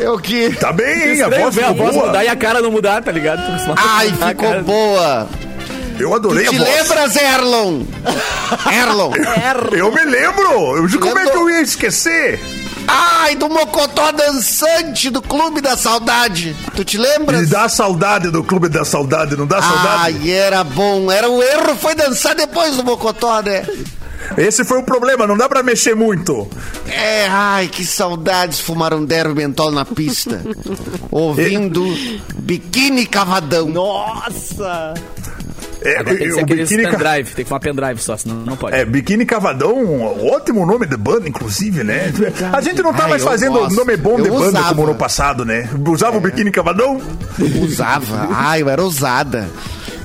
S5: eu que...
S7: Tá bem, hein? A
S6: Estranho
S7: voz Ah,
S6: ver a voz
S7: boa.
S6: mudar e a cara não mudar, tá ligado? Tô acostumado
S5: Ai,
S6: a cara.
S5: ficou boa!
S7: Eu adorei a
S5: Te
S7: voz.
S5: lembras, Erlon? Erlon!
S7: Eu me lembro! Eu, como é que eu ia esquecer?
S5: Ai, do mocotó dançante do Clube da Saudade! Tu te
S7: Me
S5: lembras?
S7: dá saudade do Clube da Saudade, não dá saudade?
S5: Ai, era bom. Era o erro foi dançar depois do mocotó, né?
S7: Esse foi o problema, não dá pra mexer muito.
S5: É, ai, que saudades fumar um derby mentol na pista. Ouvindo biquíni cavadão.
S1: Nossa!
S7: É,
S6: Agora tem
S7: é,
S6: que
S7: o
S6: ser aqueles
S7: Biquíni Ca-
S6: pendrive, tem que fumar pendrive só, senão não pode.
S7: É, Biquíni Cavadão, um ótimo nome de banda, inclusive, né? A gente não tá
S5: Ai,
S7: mais
S5: eu
S7: fazendo
S5: gosto.
S7: nome bom de
S5: Eu
S7: banda
S5: usava. É.
S7: como no passado, né? Usava o Biquíni Cavadão?
S5: Usava. Ai, eu era ousada.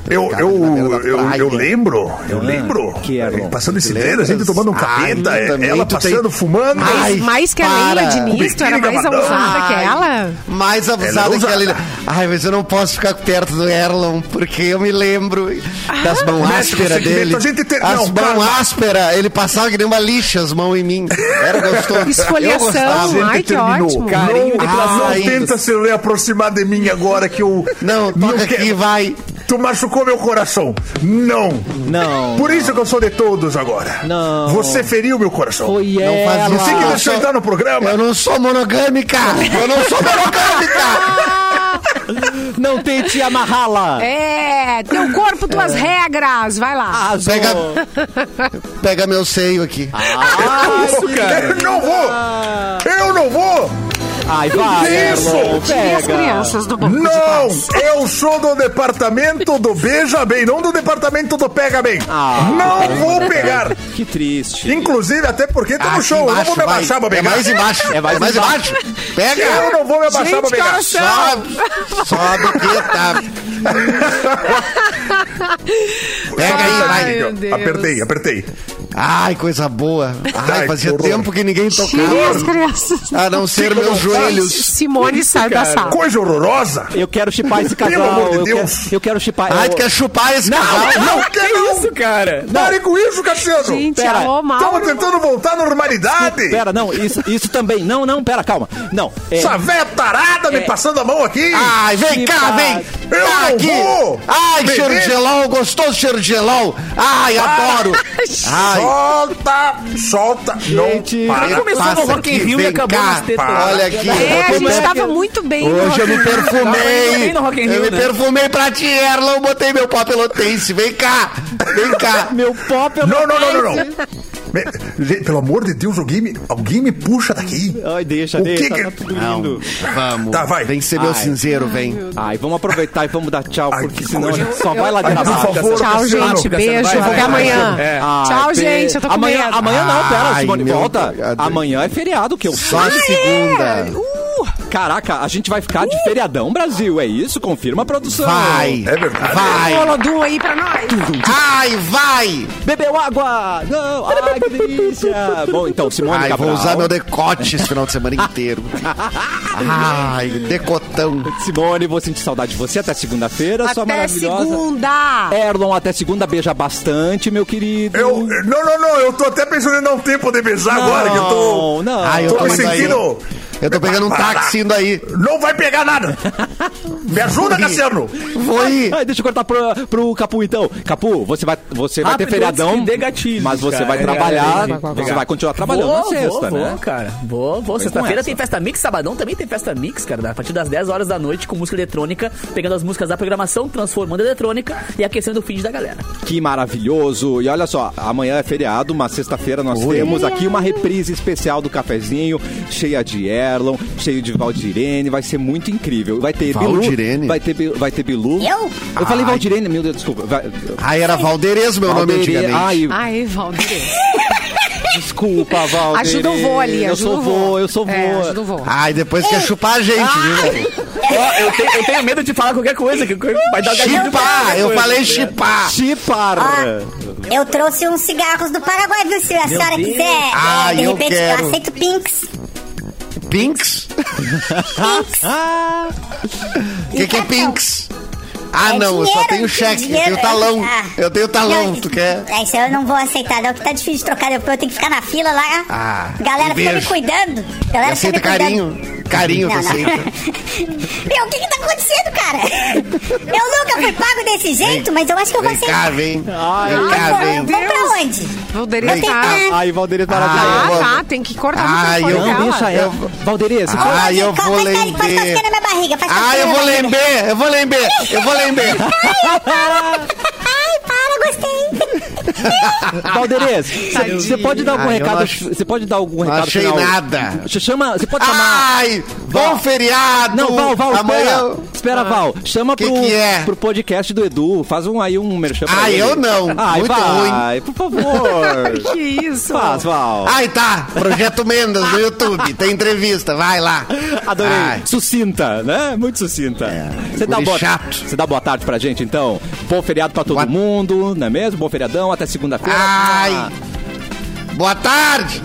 S7: Eu,
S5: Cara, na beira
S7: eu,
S5: da
S7: eu,
S5: praia. Ah,
S7: eu lembro, eu lembro.
S1: que era?
S7: Passando esse dedo, a
S5: Lembras?
S7: gente tomando um
S5: Ai,
S7: capeta,
S5: Ah, também
S7: ela
S5: tu
S7: passando,
S5: tem-
S7: fumando.
S5: Ai,
S3: Mais, mais que a
S5: para.
S3: Leila de Nisto, era
S7: Biquíni
S3: mais
S7: Gabadão.
S3: ousada que
S5: Ai.
S3: ela.
S5: Mais
S7: Ela
S5: abusada que
S7: é
S5: a
S7: ousada.
S5: Lilian. Ai, mas eu não posso ficar perto do Erlon, porque eu me lembro
S3: Ah,
S5: das mãos
S7: Mestre,
S5: ásperas
S7: você que
S5: dele.
S7: inventou, a gente tem-
S5: As
S7: não,
S5: mãos
S7: calma.
S5: ásperas, ele passava que nem uma lixa as mãos em mim. Era gostoso. Eu
S3: Esfoliação,
S5: gostava.
S3: ai que
S7: terminou.
S3: ótimo.
S6: Carinho de
S7: Não, não
S5: Ai,
S7: tenta se reaproximar de mim agora que eu.
S5: Não, toca
S7: quero-
S5: aqui, vai.
S7: Tu machucou meu coração. Não.
S1: Não.
S7: Por isso que eu sou de todos agora.
S1: Não.
S7: Você feriu meu coração.
S1: Foi
S5: Não faz
S1: ela!
S5: isso.
S7: Você assim que
S5: Ah,
S7: deixou
S5: só-
S7: entrar no programa.
S5: Eu não sou monogâmica! Eu não sou monogâmica!
S1: Não tente amarrá-la!
S3: É, teu corpo, tuas regras, vai lá.
S1: Azul.
S5: Pega, pega
S1: Ah,
S5: meu seio aqui.
S7: Eu não vou! Eu não vou!
S1: Ai, vai,
S7: Isso!
S1: Erlon,
S3: E as
S1: pega.
S3: crianças do banco de
S7: Não,
S3: trás?
S7: eu sou do departamento do Beija Bem, não do departamento do Pega Bem.
S1: Ah,
S7: não vou pegar.
S1: Que triste.
S7: Inclusive, até porque tá no
S5: Aqui
S7: show. eu não vou
S5: embaixo, vai.
S7: me abaixar pra
S5: É
S7: pegar.
S5: mais embaixo.
S1: É
S5: É
S1: mais
S5: mais, embaixo.
S7: Eu
S5: Pega.
S7: não vou me
S5: um
S7: abaixar pra pegar.
S5: tá? Sobe. Sobe que tá. Pega aí,
S3: Ai,
S5: vai.
S3: meu Deus.
S7: Apertei, apertei.
S5: Ai, coisa boa. Ai,
S7: Ai,
S5: fazia
S7: que horror.
S5: tempo que ninguém
S3: Tire as
S5: tocava.
S3: crianças.
S5: A não ser meus joelhos.
S3: Simone sai da sala.
S7: Coisa horrorosa.
S1: Eu quero chipar esse casal.
S7: Pelo amor de
S1: eu,
S7: Deus.
S1: Quero, eu quero chipar.
S5: Ai,
S1: eu- Ah,
S5: tu quer chupar esse casal?
S7: Não, que não.
S9: Isso, cara.
S7: Pare com isso, Cassiano.
S3: Gente,
S1: Pera.
S3: alô,
S7: Estamos
S3: Mauro.
S7: tentando voltar à normalidade.
S1: Pera, não, isso, isso também. Não, não, pera, calma. Não. é-
S7: Essa véia tarada
S5: É.
S7: me passando a mão aqui.
S5: Ai, vem cá,
S1: Chupar.
S5: vem!
S7: Eu
S5: Tá
S7: não vou.
S5: Ai,
S7: Me
S5: cheiro de
S7: deixa.
S5: gelol, gostoso cheiro de gelol! Ai, adoro! Ai,
S7: Solta, solta,
S1: Gente,
S7: não
S5: Ele
S7: para.
S6: começou
S5: passa
S6: no Rock in
S5: aqui,
S6: Rio e
S5: vem
S6: acabou
S5: cá.
S6: nos tetos.
S5: Olha aqui,
S3: É, a
S5: eu
S3: gente
S5: botei-
S3: tava muito bem. no
S5: Hoje eu
S3: Rock in
S5: me
S3: Rio. né?
S6: Tava
S5: perfumei.
S6: bem no Rock in Rio,
S5: eu me
S6: né?
S5: perfumei pra ti, Erlon. Botei meu pó pelotense. Vem cá. Vem cá.
S1: Meu pop eu
S7: Não, não, não, não, não. Me- gente, Pelo amor de Deus, alguém me, alguém me puxa daqui.
S1: Ai, deixa,
S7: O
S1: deixa.
S7: que que-
S1: Tá tudo
S5: Não,
S1: lindo.
S5: vamos.
S7: Tá, vai.
S5: Vem ser meu
S1: Ai.
S5: cinzeiro, vem.
S1: Ai, vamos aproveitar e vamos dar tchau,
S7: Ai,
S1: porque
S7: que
S1: senão a
S7: coisa.
S1: gente só vai lá de
S7: Ai, por
S1: abaixo.
S7: favor.
S3: Tchau,
S7: Cassiano,
S3: gente.
S7: Cassiano,
S9: vai,
S3: Beijo.
S9: vai,
S3: Até
S9: vai,
S3: amanhã.
S9: é.
S1: Ai,
S3: Tchau,
S1: pe-
S3: gente. Eu tô com
S1: Ah, amanhã,
S3: medo.
S1: Amanhã não, pera,
S5: Ai,
S1: Simone,
S5: meu
S1: volta.
S5: Deus.
S1: Amanhã é feriado, que eu
S5: Só a
S6: é.
S5: segunda.
S1: Uh, Caraca, a gente vai ficar de feriadão, Brasil. É isso? Confirma a produção.
S5: Vai.
S7: É verdade.
S5: Vai.
S3: Olodum aí pra nós.
S5: Ai, vai.
S1: Bebeu água! Não! Ai, que delícia! Bom, então, Simone
S5: Ai, vou
S1: Cabral.
S5: usar meu decote esse final de semana inteiro. Ai, decotão.
S1: Simone, vou sentir saudade de você até segunda-feira, sua
S3: Até
S1: maravilhosa.
S3: segunda.
S1: Erlon, até segunda, beija bastante, meu querido.
S7: Eu, não, não, não, eu tô até pensando em dar um tempo de beijar agora, que eu
S1: Não,
S7: tô.
S1: não.
S5: Ai, eu
S7: Tô
S5: tô
S7: me
S5: indo aí.
S7: sentindo-
S5: Eu tô pegando um táxi indo aí.
S7: Não vai pegar nada! Me ajuda, Cassiano!
S5: Vou ir.
S1: Ai, deixa eu cortar pro, pro Capu, então. Capu, você vai, você vai ter
S9: Rápido,
S1: feriadão,
S9: Ah, antes que dê gatilhos,
S1: mas você
S9: cara.
S1: vai
S9: É,
S1: trabalhar,
S9: é, é, é,
S1: você
S9: é.
S1: vai continuar trabalhando na sexta,
S6: vou,
S1: né?
S6: Vou, cara. Vou, vou. Sexta-feira tem festa mix, sabadão também tem festa mix, cara. A partir das 10 horas da noite com música eletrônica, pegando as músicas da programação, transformando em eletrônica e aquecendo o feed da galera.
S1: Que maravilhoso! E olha só, amanhã é feriado, mas sexta-feira nós temos aqui uma reprise especial do cafezinho, cheia de Erlon, cheio de Valdirene, vai ser muito incrível. Vai ter Bilu,
S5: Valdirene?
S1: vai ter, Bi- vai ter Bilu.
S8: Eu?
S1: Eu falei
S5: Ai.
S1: Valdirene, meu Deus, desculpa. Vai,
S5: Ai, era Valderez meu nome
S1: Valdirene.
S5: antigamente.
S1: Ai,
S3: Ai, Valdir.
S1: desculpa, Valdirene.
S3: Ah. Ajuda o vô ali.
S1: Eu
S3: ajuda
S1: sou
S3: o vô.
S1: vô, eu sou vô. Ah,
S3: É, ajuda o vô.
S5: Ai, depois quer chupar a gente, viu?
S6: Ó, eu, tenho, eu tenho medo de falar qualquer coisa, que vai dar um gatilho pra
S5: Chipar!
S6: qualquer
S5: Eu
S6: coisa.
S5: falei chipar!
S1: Chipar!
S3: Ah,
S8: Eu trouxe uns cigarros do Paraguai, viu? Se a senhora
S6: Deus.
S8: quiser, é,
S5: Ah,
S8: de
S5: eu
S8: repente
S5: quero.
S8: eu aceito pinks.
S5: Pinks? O que, que é Pinks? Ah,
S8: É
S5: não, eu só
S8: dinheiro,
S5: tenho
S8: tem
S5: cheque, eu
S8: dinheiro,
S5: tenho talão.
S8: ah.
S5: Eu tenho talão,
S8: Não,
S5: Tá tu quer?
S8: É, isso eu não vou aceitar, não, que tá difícil de trocar. Eu, eu tenho que ficar na fila lá.
S5: Ah,
S8: Galera
S5: um
S8: fica me
S5: beijo.
S8: cuidando.
S5: Me
S8: Galera fica me
S5: aceita
S8: cuidando.
S5: carinho. Carinho, tu
S8: Não, não.
S5: aceita.
S8: Meu, o que que tá acontecendo, cara? Eu nunca fui pago desse jeito, mas eu acho que eu vou
S5: Vem cá,
S8: aceitar.
S5: vem.
S1: Ai,
S5: Vem cá,
S8: Vamos
S5: vem.
S8: pra onde?
S3: Valdir
S5: Vem
S3: tá.
S8: cá.
S1: Ai, Valdirene maravilhosa.
S3: Ah,
S5: eu vou-
S3: tá. Tem que cortar o
S5: Ai,
S3: microfone
S5: eu-
S1: Não,
S3: dela.
S1: deixa ela. Valdirene, você
S5: Ah, eu
S8: Faz
S5: vou
S8: carinho, faz cosquinha na
S5: lembrar.
S8: minha barriga, faz
S5: Ah,
S8: cosquinha
S5: eu
S8: na
S5: vou
S8: minha barriga.
S5: lembrar, eu vou lembrar, eu vou lembrar.
S8: Ai, para, gostei.
S1: Valderez, você pode dar algum
S5: Ah, eu
S1: recado?
S5: não ach-
S1: Você pode dar algum recado
S5: achei
S1: final?
S5: nada.
S1: Ch- Chama, você pode chamar.
S5: Ai, bom feriado.
S1: Não, Val, Val,
S5: Amanhã... Ah,
S1: espera. Espera, Val. Chama
S5: Que
S1: pro,
S5: que é?
S1: pro podcast do Edu. Faz um aí um merchan pra
S5: Ah,
S1: ele.
S5: eu não.
S1: Ai,
S5: Muito
S1: vai, por favor.
S3: Que isso?
S1: Faz, Val.
S5: Ai, tá. Projeto Mendes no YouTube. Tem entrevista, vai lá.
S1: Adorei.
S5: Ai. É,
S1: Sucinta, né? Muito sucinta. Você dá,
S5: guri
S1: boa...
S5: chato.
S1: você dá boa tarde pra gente, então. Bom feriado pra todo
S5: Boa-
S1: mundo, não é mesmo? Bom feriadão, até Ah. segunda-feira.
S5: Ai. Boa tarde.